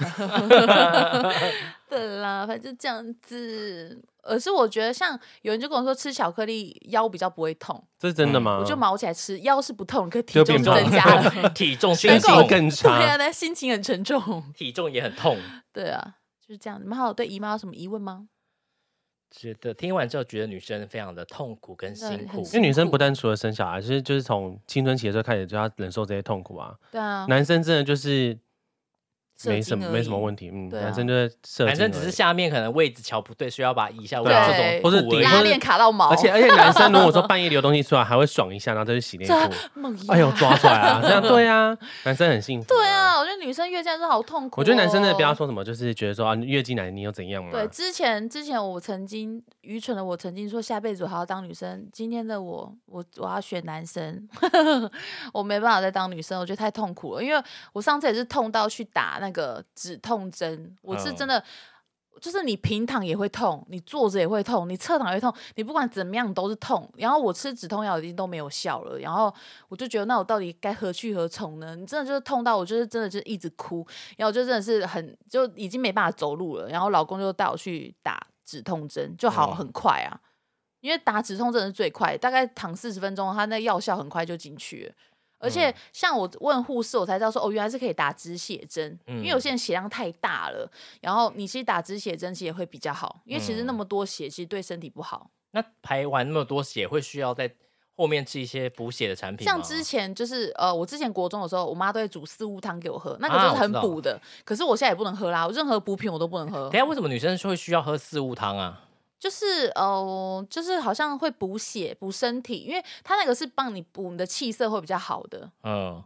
Speaker 1: 对啦，反正就这样子。而是我觉得，像有人就跟我说，吃巧克力腰比较不会痛，
Speaker 2: 这是
Speaker 3: 嗯
Speaker 2: 真的吗？
Speaker 1: 我就毛起来吃，腰是不痛，可体
Speaker 2: 嗯就
Speaker 1: 重
Speaker 2: 变
Speaker 1: 是
Speaker 3: 呃
Speaker 2: 胖
Speaker 1: 增加了，
Speaker 3: 体重
Speaker 2: 心
Speaker 3: 心
Speaker 1: 够
Speaker 2: 情
Speaker 3: 重
Speaker 2: 更
Speaker 1: 对啊，
Speaker 2: 差。
Speaker 1: 但心情很沉重。
Speaker 3: 体重也很痛。
Speaker 1: 对啊，就是这样。你们还有对姨妈有什么疑问吗？
Speaker 3: 觉得听完之后，觉得女生非常的痛苦跟
Speaker 1: 真的
Speaker 3: 辛
Speaker 1: 很
Speaker 3: 苦
Speaker 1: 辛。
Speaker 2: 因为女生不但除了生小孩，就是就是从青春期的时候开始就要忍受这些痛苦啊。
Speaker 1: 对啊，
Speaker 2: 男生真的就是
Speaker 1: 射
Speaker 2: 没什么
Speaker 1: 精而
Speaker 2: 没
Speaker 1: 已
Speaker 2: 什么问题，嗯，
Speaker 1: 对啊
Speaker 2: 男生就是射精
Speaker 3: 男生只
Speaker 2: 而
Speaker 3: 是
Speaker 2: 已
Speaker 3: 下面可能位置瞧不对，所以要把它移一下位
Speaker 2: 对啊
Speaker 3: 置，这
Speaker 1: 对
Speaker 3: 种
Speaker 2: 或是
Speaker 3: 苦而已
Speaker 2: 顶
Speaker 1: 拉链卡到毛，
Speaker 2: 而且而且 男生如果说半夜流东西出来，还会爽一下，然后再去洗内
Speaker 1: 这
Speaker 2: 裤。
Speaker 1: 梦 遗。
Speaker 2: 哎呦，抓出来啊！这 样对啊，男生很幸福。
Speaker 1: 对，啊，我觉得女生月经来真的好痛苦、哦
Speaker 2: 我觉得男生真的不要。说什么，就是觉得说啊，你月经来你又怎样嘛？
Speaker 1: 对，之前之前我曾经愚蠢的我曾经说下辈子我还要当女生，今天的我我我要选男生， 我没办法再当女生，我觉得太痛苦了，因为我上次也是痛到去打那个止痛针，我是真的。就是你平躺也会痛，你坐着也会痛，你侧躺也会痛，你不管怎么样都是痛。然后我吃止痛药已经都没有效了，然后我就觉得那我到底该何去何从呢？你真的就是痛到我就是真的就是一直哭，然后我就真的是很就已经没办法走路了。然后老公就带我去打止痛针，就好
Speaker 3: 嗯
Speaker 1: 很快啊，因为打止痛针是最快，大概躺四十分钟，它那药效很快就进去了。而且像我问护士，我才知道说哦，原来是可以打止血针，因为有些人血量太大了，然后你其实打止血针其实也会比较好，因为其实那么多血其实对身体不好。
Speaker 3: 那排完那么多血，会需要在后面吃一些补血的产品吗
Speaker 1: 像之前就是呃，我之前国中的时候，我妈都会煮四物汤给我喝，那个
Speaker 3: 啊
Speaker 1: 就是很
Speaker 3: 我知道
Speaker 1: 补的。可是我现在也不能喝啦，我任何补品我都不能喝
Speaker 3: 等一。下为什么女生会需要喝四物汤啊？
Speaker 1: 就是呃，就是好像会补血、补身体，因为它那个是帮你补你的气色会比较好的
Speaker 3: 嗯，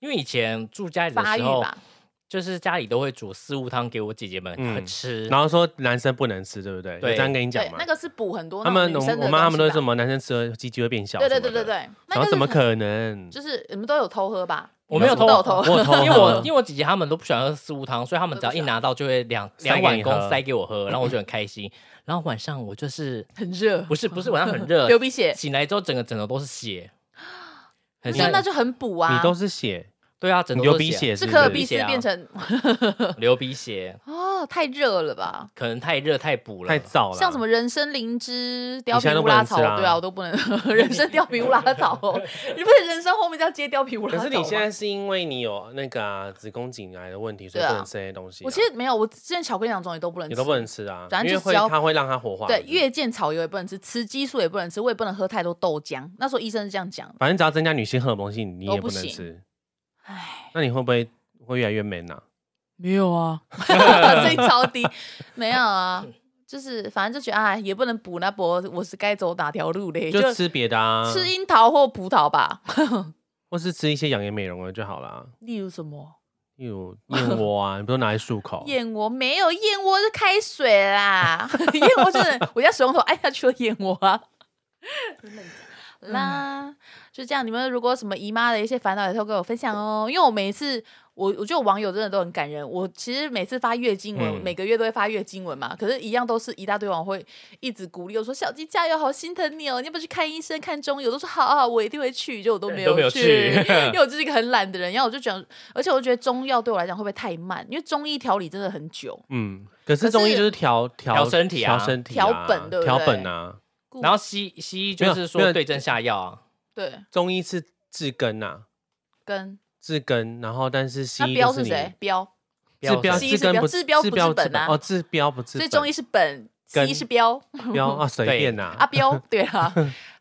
Speaker 3: 因为以前住家里的
Speaker 1: 发
Speaker 3: 时
Speaker 1: 育
Speaker 3: 候，
Speaker 1: 吧。
Speaker 3: 就是家里都会煮四物汤给我姐姐们
Speaker 2: 嗯
Speaker 3: 吃。
Speaker 2: 然后说男生不能吃，对不对？
Speaker 3: 对
Speaker 2: 有这样跟你讲
Speaker 1: 对，
Speaker 2: 嘛
Speaker 1: 那。个是补很多
Speaker 2: 他
Speaker 1: 那种
Speaker 2: 们
Speaker 1: 女
Speaker 2: 我
Speaker 1: 生的
Speaker 2: 我妈他们都
Speaker 1: 东
Speaker 2: 会
Speaker 1: 西
Speaker 2: 说什
Speaker 1: 吧
Speaker 2: 么男生吃了鸡鸡会变小，
Speaker 1: 对对对对。对，那个
Speaker 2: 然后
Speaker 1: 是
Speaker 2: 怎么
Speaker 1: 很
Speaker 2: 可能？
Speaker 1: 就是你们都有偷喝吧？
Speaker 3: 我没有偷
Speaker 1: 都有偷
Speaker 2: 我有偷喝
Speaker 3: 因为我因为我姐姐她们都不喜欢喝四物汤，所以她们只要一拿到就会两
Speaker 2: 塞
Speaker 3: 两
Speaker 2: 给你
Speaker 3: 碗公
Speaker 2: 喝
Speaker 3: 塞给我喝，然后我就很开 心。然后晚上我就是
Speaker 1: 很热，
Speaker 3: 不是不是晚上很热，
Speaker 1: 流鼻血，
Speaker 3: 醒来之后整个枕头都是 血，很
Speaker 1: 那
Speaker 3: 像
Speaker 1: 那就很补啊。
Speaker 2: 你都是血，
Speaker 3: 对啊，枕
Speaker 2: 你
Speaker 3: 头
Speaker 2: 流
Speaker 3: 都
Speaker 2: 鼻血
Speaker 1: 是
Speaker 2: 不
Speaker 1: 可尔
Speaker 3: 鼻
Speaker 1: 必
Speaker 3: 血
Speaker 1: 斯
Speaker 3: 啊
Speaker 1: 变成
Speaker 3: 流鼻血，
Speaker 1: 哦，太热了吧？
Speaker 3: 可能太热太补了，
Speaker 2: 太燥了。
Speaker 1: 像什么人参灵芝、貂
Speaker 2: 现在
Speaker 1: 皮
Speaker 2: 都
Speaker 1: 乌
Speaker 2: 不
Speaker 1: 拉
Speaker 2: 能
Speaker 1: 草，
Speaker 2: 吃啊
Speaker 1: 对啊，我都不能喝 人参貂皮乌拉 草哦。你不是人参后面就要接貂皮乌拉
Speaker 2: 可
Speaker 1: 草吗？
Speaker 2: 是你现在是因为你有那个啊子宫颈癌的问题，所以
Speaker 1: 对啊
Speaker 2: 不能吃那些东西啊。
Speaker 1: 我其实没有，我之前巧克力两种也都不能吃，
Speaker 2: 你都不能吃啊
Speaker 1: 反，
Speaker 2: 因
Speaker 1: 正
Speaker 2: 为
Speaker 1: 就是
Speaker 2: 会
Speaker 1: 只要
Speaker 2: 它会让它活化。
Speaker 1: 对，月见草油也不能吃，雌激素也不能吃，我也不能喝太多豆浆。那时候医生是这样讲的。
Speaker 2: 反正只要增加女性荷尔蒙性，你
Speaker 1: 都
Speaker 2: 也
Speaker 1: 不
Speaker 2: 不能
Speaker 1: 行
Speaker 2: 吃。
Speaker 1: 唉，
Speaker 2: 那你会不会会越来越 man 啊？
Speaker 1: 没有啊， 所以超低，没有啊，就是反正就觉得啊，也不能补那波，我是该走哪条路嘞？就
Speaker 2: 就吃别的啊，
Speaker 1: 吃樱桃或葡萄吧，
Speaker 2: 或是吃一些养颜美容的就好啦。
Speaker 1: 例如什么
Speaker 2: 例如燕窝啊，你不都拿来漱口？
Speaker 1: 燕窝，没有燕窝是开水哎啦，燕窝就是我家水龙头按下去的燕窝啊。啦。就这样，你们如果有什么姨妈的一些烦恼，也都跟我分享哦。因为我每一次，我我觉得我网友真的都很感人。我其实每次发月经文，
Speaker 2: 嗯
Speaker 1: 每个月都会发月经文嘛，可是一样都是一大堆网友会一直鼓励我说：“小鸡加油，好心疼你哦，你要不要去看医生、看中医？”我都说：“好好，我一定会去。”就我都没
Speaker 3: 都没有
Speaker 1: 去，
Speaker 3: 去
Speaker 1: 因 为我就是一个很懒的人。然后我就讲，而且我觉得中药对我来讲会不会太慢？因为中医调理真的很久。
Speaker 2: 嗯，可
Speaker 1: 可
Speaker 2: 是
Speaker 1: 是
Speaker 2: 中医就是调调
Speaker 3: 调身体啊
Speaker 2: 调身体、啊、
Speaker 1: 调本对不对
Speaker 2: 调本啊。
Speaker 1: 故
Speaker 3: 然后西西医就
Speaker 2: 没有
Speaker 3: 是
Speaker 2: 没有
Speaker 3: 说对症下药啊，
Speaker 1: 对，
Speaker 2: 中医是治根啊，
Speaker 1: 跟
Speaker 2: 治根，然后但是西
Speaker 1: 那
Speaker 2: 医
Speaker 1: 标
Speaker 2: 就是你
Speaker 1: 谁？标。
Speaker 2: 治标
Speaker 1: 西医
Speaker 2: 治
Speaker 1: 是
Speaker 2: 根
Speaker 1: 标
Speaker 2: 不
Speaker 1: 治标不治本啊
Speaker 2: 哦，治标不治
Speaker 1: 所以
Speaker 2: 本，
Speaker 1: 中医是本，西
Speaker 2: 跟
Speaker 1: 医是标，
Speaker 2: 标 啊随
Speaker 3: 对
Speaker 2: 便呐
Speaker 1: 阿， 标，对啦，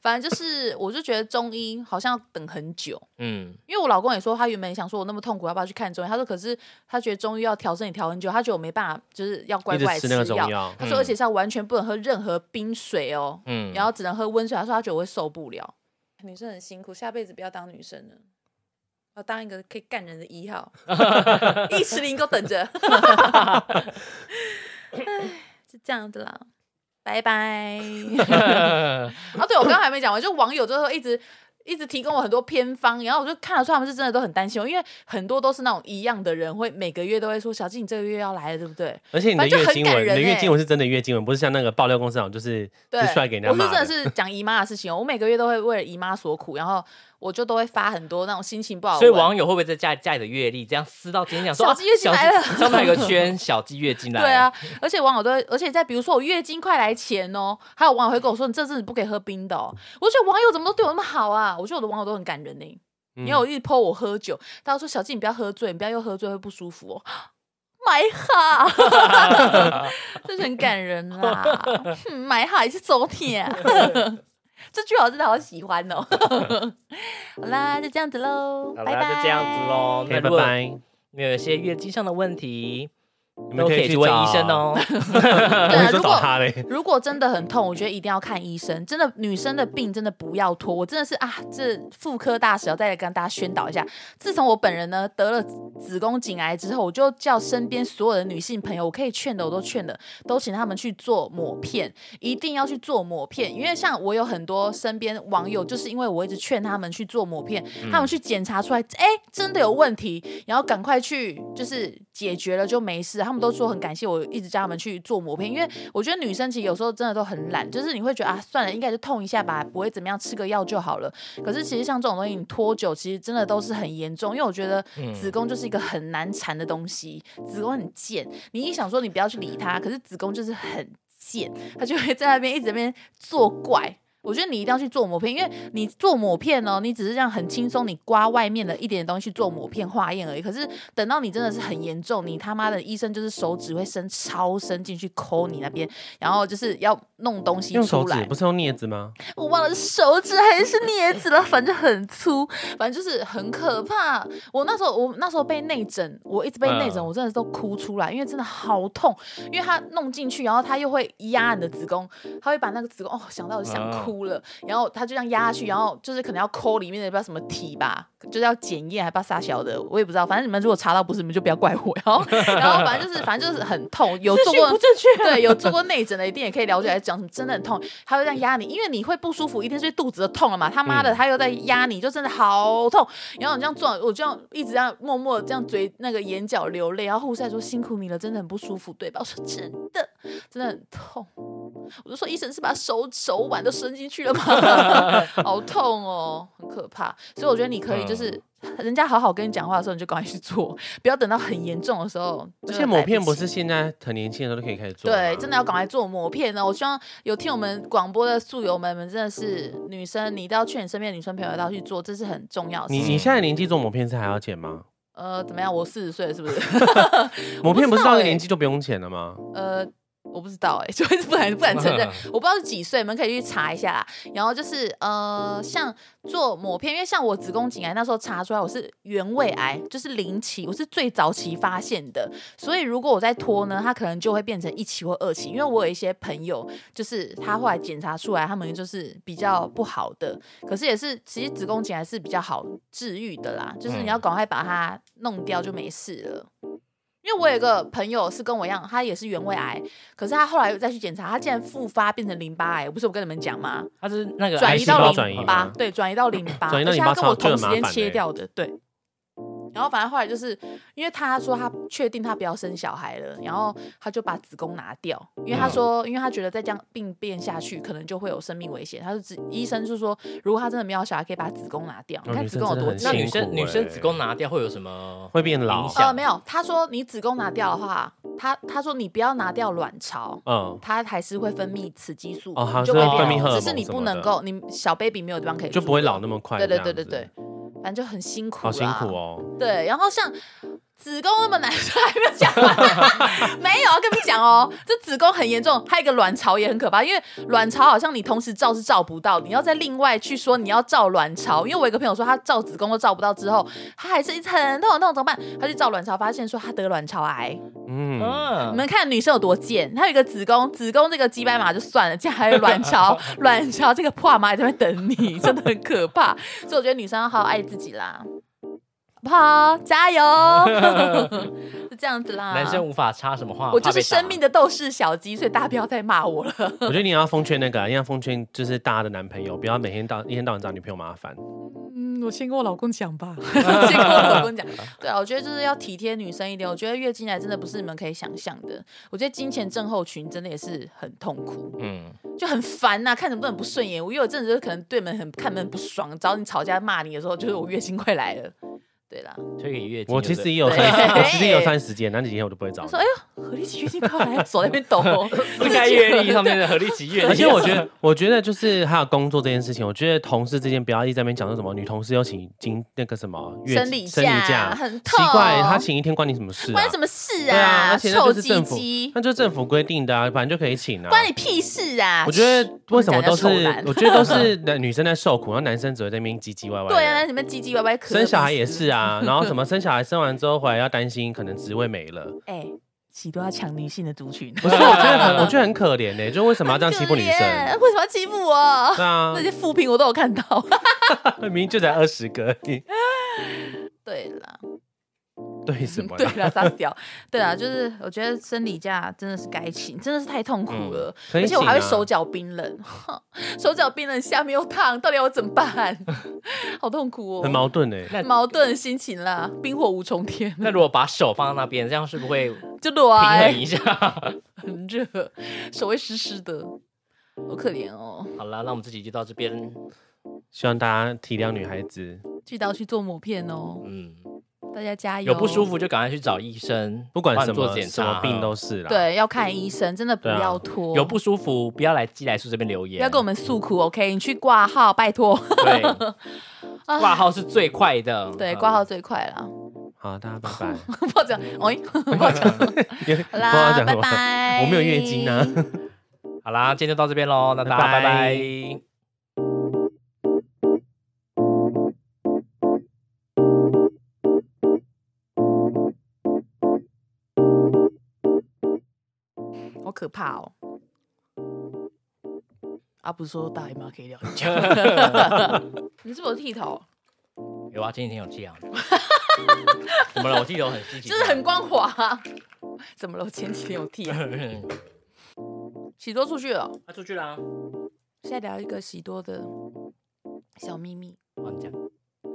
Speaker 1: 反正就是，我就觉得中医好像要等很久，
Speaker 3: 嗯，
Speaker 1: 因为我老公也说他原本想说我那么痛苦，要不要去看中医？他说可是他觉得中医要调身体调很久，他觉得我没办法，就是要乖
Speaker 2: 一
Speaker 1: 啊
Speaker 2: 直
Speaker 1: 乖地
Speaker 2: 吃那个中
Speaker 1: 药。
Speaker 2: 药，嗯
Speaker 1: 他说而且是要完全不能喝任何冰水哦，
Speaker 3: 嗯，
Speaker 1: 然后只能喝温水。他说他觉得我会受不了，哎女生很辛苦，下辈子不要当女生了。要当一个可以干人的一号，一时零给我等着。是这样子啦，拜拜。 啊，对，我刚刚还没讲完，就网友就说一直一直提供我很多偏方，然后我就看得出他们是真的都很担心我，因为很多都是那种一样的人，会每个月都会说小静，你这个月要来了，对不对？
Speaker 2: 而且你的
Speaker 1: 反正就
Speaker 2: 月
Speaker 1: 很
Speaker 2: 经
Speaker 1: 感
Speaker 2: 文，你的
Speaker 1: 人
Speaker 2: 月
Speaker 1: 欸
Speaker 2: 经文是真的月经文，不是像那个爆料公司那种，就是
Speaker 1: 对，
Speaker 2: 只出来给人家
Speaker 1: 我是
Speaker 2: 骂
Speaker 1: 真的是讲姨妈的事情哦，我每个月都会为了姨妈所苦，然后我就都会发很多那种心情不好的
Speaker 3: 所以
Speaker 1: 文。
Speaker 3: 网友会不会在家家里的阅历这样撕到今天讲说
Speaker 1: 小鸡月经来了
Speaker 3: 啊小鸡上面有个圈 小鸡月经来，
Speaker 1: 对，啊，而且网友都会，而且在比如说我月经快来前哦，还有网友会跟我说你这阵子不可以喝冰的、哦。我觉得网友怎么都对我那么好啊？我觉得我的网友都很感人呢、
Speaker 2: 嗯
Speaker 1: 因为我一直 po 我喝酒，大家说小静你不要喝醉，你不要又喝醉会不舒服哦。买哈， 这是很感人啦。哼买哈也是走 铁、啊，这句我真的好喜欢哦。好啦，就这样子喽，
Speaker 3: 好
Speaker 1: 拜
Speaker 3: 啦，
Speaker 1: 拜，
Speaker 3: 就这样子。喽。
Speaker 2: OK，
Speaker 3: 那
Speaker 2: 拜
Speaker 3: 如果
Speaker 2: 拜，
Speaker 3: 你有一些月经上的问题，
Speaker 2: 你们
Speaker 3: 都可以
Speaker 2: 去
Speaker 3: 去问
Speaker 2: 找
Speaker 3: 医生。哦。
Speaker 2: 我
Speaker 1: 对啊
Speaker 2: 会说
Speaker 1: 如
Speaker 2: 找
Speaker 1: 果
Speaker 2: 他嘞，
Speaker 1: 如果真的很痛，我觉得一定要看医生。真的，女生的病真的不要拖。我真的是啊，这妇科大使要再来跟大家宣导一下。自从我本人呢得了子宫颈癌之后，我就叫身边所有的女性朋友，我可以劝的我都劝了，都请她们去做抹片，一定要去做抹片。因为像我有很多身边网友，就是因为我一直劝他们去做抹片，他们去检查出来，哎、真的有问题，然后赶快去就是解决了就没事。他们都说很感谢我一直叫他们去做抹片，因为我觉得女生其实有时候真的都很懒，就是你会觉得啊，算了，应该就痛一下吧，不会怎么样，吃个药就好了。可是其实像这种东西，你拖久，其实真的都是很严重。因为我觉得
Speaker 2: 嗯
Speaker 1: 子宫就是一个很难缠的东西，子宫很贱，你一想说你不要去理它，可是子宫就是很贱，它就会在那边一直在那边作怪。我觉得你一定要去做抹片，因为你做抹片哦，你只是这样很轻松，你刮外面的一点点东西去做抹片化验而已。可是等到你真的是很严重，你他妈的医生就是手指会伸超伸进去抠你那边，然后就是要弄东西
Speaker 2: 用手
Speaker 1: 出
Speaker 2: 指
Speaker 1: 来
Speaker 2: 不。是用镊子吗？
Speaker 1: 我忘了是手指还是镊子了，反正很粗，反正就是很可怕。我那时候我那时候被内诊，我一直被内诊，
Speaker 3: 嗯
Speaker 1: 我真的是都哭出来，因为真的好痛，因为它弄进去，然后它又会压你的子宫，它会把那个子宫哦想到我就想哭了，然后它就这样压下去，然后就是可能要抠里面的不知道什么体吧，就是要检验还不知道啥小的，我也不知道，反正你们如果查到不是，你们就不要怪我。然后然后反正就是反正就是很痛，有做过 对，有做过内诊的一定也可以了解来讲什么，真的很痛，他会这样压你，因为你会不舒服，一定是肚子痛了嘛。他
Speaker 2: 嗯
Speaker 1: 妈的，他又在压你，就真的好痛。然后你这样做，我这样一直这样默默地这样嘴那个眼角流泪，然后护士还说辛苦你了，真的很不舒服，对吧？我说真的，真的很痛。我就说医生是把手手腕都伸进去了吗？ 好痛哦，很可怕。所以我觉得你可以就是。
Speaker 2: 嗯
Speaker 1: 人家好好跟你讲话的时候，你就赶快去做，不要等到很严重的时候。
Speaker 2: 而
Speaker 1: 就
Speaker 2: 且抹
Speaker 1: 来
Speaker 2: 片
Speaker 1: 及
Speaker 2: 不是现在很年轻的时候都可以开始做吗，
Speaker 1: 对，真的要赶快做膜片哦呢。我希望有听我们广播的宿友们，们真的是女生，你一定要劝你身边的女生朋友一定要去做，这是很重要的
Speaker 2: 你
Speaker 1: 事
Speaker 2: 你
Speaker 1: 情。
Speaker 2: 现在年纪做抹片是还要剪吗？
Speaker 1: 呃，怎么样？我四十岁了是不 是？
Speaker 2: 抹片
Speaker 1: 我不
Speaker 2: 不是
Speaker 1: 知道
Speaker 2: 到一
Speaker 1: 欸
Speaker 2: 个年纪就不用剪了吗？
Speaker 1: 呃，我不知道哎、欸， 就是不敢不敢 承认，我不知道是几岁，你们可以去查一下啦。然后就是呃，像做抹片，因为像我子宫颈癌那时候查出来我是原位癌，就是零期，我是最早期发现的。所以如果我在拖呢，它可能就会变成一期或二期，因为我有一些朋友，就是他后来检查出来，他们就是比较不好的，可是也是其实子宫颈癌是比较好治愈的啦，就是你要赶快把它弄掉就没事了。因因为我有一个朋友是跟我一样，他也是原位癌，可是他后来又再去检查，他竟然复发变成淋巴癌，我不是我跟你们讲吗？
Speaker 3: 它是那个
Speaker 1: 转
Speaker 3: 癌
Speaker 1: 移
Speaker 3: 细
Speaker 1: 到
Speaker 3: 胞
Speaker 1: 淋
Speaker 2: 转移
Speaker 1: 巴，
Speaker 2: 吗
Speaker 1: 对，转移到淋巴，
Speaker 2: 转移到
Speaker 1: 而且
Speaker 2: 淋巴
Speaker 1: 他跟我
Speaker 2: 超
Speaker 1: 同
Speaker 2: 就
Speaker 1: 时
Speaker 2: 很麻
Speaker 1: 间
Speaker 2: 烦
Speaker 1: 切
Speaker 2: 欸
Speaker 1: 掉的，对。然后反正后来就是，因为他说他确定他不要生小孩了，然后他就把子宫拿掉，因
Speaker 2: 嗯
Speaker 1: 为他说，因为他觉得再这样病变下去，可能就会有生命危险。他就只医生就说，如果他真的没有小孩，可以把子宫拿掉。
Speaker 2: 哦
Speaker 1: 你看
Speaker 2: 女
Speaker 1: 子宫
Speaker 2: 生
Speaker 1: 有
Speaker 2: 真的
Speaker 1: 多
Speaker 2: 很
Speaker 1: 紧
Speaker 3: 那女
Speaker 2: 辛
Speaker 3: 生
Speaker 2: 苦
Speaker 3: 女生
Speaker 2: 欸
Speaker 3: 子宫拿掉会有什么？
Speaker 2: 会变老
Speaker 3: 影。响
Speaker 1: 呃，没有，他说你子宫拿掉的话，他他说你不要拿掉卵巢，
Speaker 2: 嗯，
Speaker 1: 它还是会分泌雌激素，
Speaker 2: 哦还
Speaker 1: 你
Speaker 2: 是
Speaker 1: 就会
Speaker 2: 会
Speaker 1: 变
Speaker 3: 分泌
Speaker 1: 老
Speaker 3: 荷尔
Speaker 1: 只是
Speaker 2: 蒙
Speaker 1: 你
Speaker 2: 什
Speaker 1: 不
Speaker 2: 么
Speaker 1: 能
Speaker 2: 的
Speaker 1: 够，你小 baby 没有地方可以
Speaker 2: 就不会
Speaker 1: 住了
Speaker 2: 老那么快。
Speaker 1: 对对
Speaker 2: 这
Speaker 1: 对
Speaker 2: 样
Speaker 1: 对
Speaker 2: 子
Speaker 1: 对，反正就很辛苦，
Speaker 2: 好辛苦。哦。
Speaker 1: 对，然后像子宫那么难受， 还没有讲完，没有啊，跟你讲哦，这子宫很严重，还有一个卵巢也很可怕，因为卵巢好像你同时照是照不到，你要再另外去说你要照卵巢，因为我有一个朋友说他照子宫都照不到之后，他还是一直很痛很痛，怎么办？他去照卵巢，发现说他得卵巢癌。
Speaker 2: 嗯，
Speaker 1: 你
Speaker 3: 嗯，
Speaker 1: 们看女生有多贱，她有一个子宫，子宫这个鸡掰马就算了，竟然还有卵 巢，卵巢这个破马在那边等你，真的很可 怕。所以我觉得女生要好好爱自己啦，好不好？加 油！是这样子啦。
Speaker 3: 男生无法插什么话，
Speaker 1: 我就
Speaker 3: 怕
Speaker 1: 是
Speaker 3: 被打
Speaker 1: 生命的斗士小鸡，所以大家不要再骂 我了。
Speaker 2: 我觉得你要奉劝那个啊，你要奉劝就是大家的男朋友，不要每天到一天到晚找女朋友麻 烦。
Speaker 1: 嗯，我先跟我老公讲吧，先跟我老公讲。对啊，我觉得就是要体贴女生一点。我觉得月经来真的不是你们可以想象的。我觉得金钱症候群真的也是很痛苦。
Speaker 3: 嗯，
Speaker 1: 就很烦呐、看什么都很不顺眼。我有一阵子就是可能对门很看门不爽，找你吵架骂你的时候，就是我月经快来了。对啦，
Speaker 3: 推给月经就对。
Speaker 2: 我其实也有
Speaker 1: 对
Speaker 2: 三， 我其实也有三十件，那几天我都不会
Speaker 1: 他
Speaker 2: 找你
Speaker 1: 说：“哎呦，何立奇月经快来了，手在那边 抖、
Speaker 3: 覆盖阅历上面的合力奇阅历，
Speaker 2: 而且我觉得，我觉得就是还有工作这件事情，我觉得同事之间不要一直在那边讲说什么女同事又请经那个什么月
Speaker 1: 生理
Speaker 2: 生理
Speaker 1: 假
Speaker 2: 假，
Speaker 1: 很
Speaker 2: 奇怪，
Speaker 1: 痛
Speaker 2: 他请一天关你什么事、啊？
Speaker 1: 关你什么事
Speaker 2: 对啊，而且那
Speaker 1: 臭
Speaker 2: 就是
Speaker 1: 鸡
Speaker 2: 政府
Speaker 1: 鸡，，
Speaker 2: 那就是政府规定的啊，反正就可以请啊。
Speaker 1: 关你屁事啊！
Speaker 2: 我觉得为什么都是
Speaker 1: 不能讲人家，
Speaker 2: 我
Speaker 1: 丑
Speaker 2: 觉得 都是男女生在受苦，然后男生只会在那边唧唧歪歪。
Speaker 1: 对啊，。你们唧唧歪歪，可乐
Speaker 2: 生小孩
Speaker 1: 不
Speaker 2: 也是 啊，然后什么生小孩生完之后回来要担心可能职位没了，
Speaker 1: 哎、喜多要抢女性的族群，
Speaker 2: 不是？我觉得很，我觉得很可怜呢、就为什么要这样欺负女
Speaker 1: 可
Speaker 2: 生？
Speaker 1: 怜为什么要欺负我？
Speaker 2: 对啊
Speaker 1: 那，些负评我都有看到。
Speaker 2: 明明就才二十个而已，
Speaker 1: 对啦，
Speaker 2: 对什么啦？
Speaker 1: 对啦，撒屌，对 啦，就是我觉得生理假真的是该请，真的是太痛苦
Speaker 3: 嗯
Speaker 1: 了，
Speaker 2: 可以
Speaker 1: 而且我还会
Speaker 2: 请啊
Speaker 1: 手脚冰冷， 手脚冰冷，下面又烫，到底要我怎么办？ 好痛苦哦，
Speaker 2: 很矛盾哎、
Speaker 3: 那
Speaker 1: 矛盾的心情啦，冰火五重 天，
Speaker 3: 那如果把手放在那边，这样是不是会平
Speaker 1: 就裸
Speaker 3: 衡
Speaker 1: 癌，
Speaker 3: 一下？
Speaker 1: 很热，手会湿湿的，好可怜哦。
Speaker 3: 好啦，那我们这集就到这边。
Speaker 1: 嗯
Speaker 2: 希望大家体谅女孩子。
Speaker 1: 记得要去做抹片哦，
Speaker 3: 嗯，
Speaker 1: 大家加油。
Speaker 3: 有不舒，服就赶快去找医生，
Speaker 2: 不管
Speaker 3: 帮
Speaker 2: 什
Speaker 3: 你做
Speaker 2: 么
Speaker 3: 检
Speaker 2: 什
Speaker 3: 查，啊
Speaker 2: 么病都是啦。，
Speaker 1: 对，要看医生，真的不
Speaker 2: 对啊
Speaker 1: 要拖，
Speaker 3: 有不舒服，不要来寄来书这边留言，
Speaker 1: 不要跟我们诉苦，OK？你去挂号，拜托。
Speaker 3: 对挂号是最快的，
Speaker 1: 啊对，
Speaker 3: 嗯
Speaker 1: 挂号最快了。
Speaker 2: 好，大家拜拜。
Speaker 1: 抱着，
Speaker 3: 哦
Speaker 1: 哎，抱着， 好
Speaker 2: 不知道
Speaker 1: 啦，
Speaker 2: 讲
Speaker 1: 拜
Speaker 2: 什么
Speaker 1: 拜。
Speaker 2: 我没有月 经啊。
Speaker 3: 好啦，今天就到这边喽，那大家
Speaker 2: 拜拜
Speaker 3: 拜拜
Speaker 1: 好可怕哦！啊，不是说大姨妈可以聊很久， 你是不是有剃头？
Speaker 3: 有啊，今天挺有气啊。怎么了？我剃头很稀 奇，
Speaker 1: 就是很光滑、 啊。怎么了？我前几天有剃、 啊，
Speaker 3: 嗯
Speaker 1: 喜多出去了。哦
Speaker 3: 他出去啦。
Speaker 1: 现在聊一个喜多的小秘密，
Speaker 3: 好，你讲。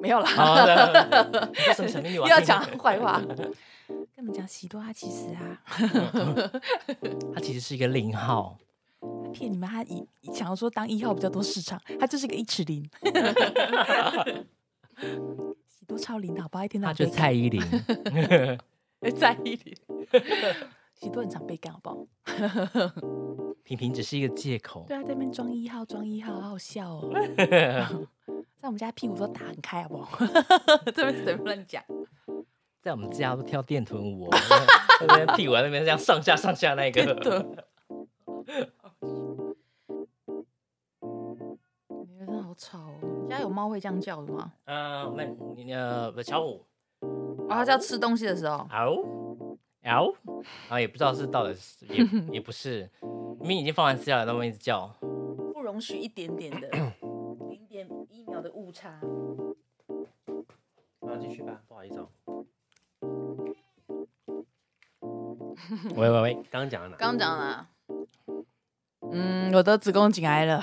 Speaker 1: 没有啦，
Speaker 3: 好的。你说什么哦小秘 密？
Speaker 1: 又
Speaker 3: 我
Speaker 1: 要
Speaker 3: 听
Speaker 1: 讲坏 话。跟你们讲，喜多他其实啊，
Speaker 3: 他其实是一个零号。
Speaker 1: 他骗你们，他一想要说当一号比较多市场，他就是个一尺 零。喜多超零的好不好？一天到
Speaker 3: 他
Speaker 1: 晚
Speaker 3: 就是
Speaker 1: 被
Speaker 3: 蔡依林，
Speaker 1: 在意 嗯点。喜多很常被干，好不好？
Speaker 3: 平平只是一个借口。
Speaker 1: 对啊，在那边装一号，装一号，好好笑 哦。在我们家屁股都打很开，好不好？ 这边随便乱讲。
Speaker 3: 在我们家都跳电臀舞哦，那边屁股在那边这样上下上下那
Speaker 1: 真
Speaker 3: 个。
Speaker 1: 的。你们真的好吵哦！你家有猫会这样叫的吗？
Speaker 3: 嗯，那你呃，巧虎，
Speaker 1: 哦，它叫吃东西的时候，
Speaker 3: 嗷嗷，然后也不知道是到底是也也不是，明明已经放完饲料了，他们一直叫。
Speaker 1: 不容许一点点的零点一秒的误差。
Speaker 2: 那继续吧，不好意思、哦。
Speaker 3: 喂喂喂，
Speaker 2: 刚刚讲到哪？
Speaker 1: 刚讲了，啊嗯，我的子宫颈癌了。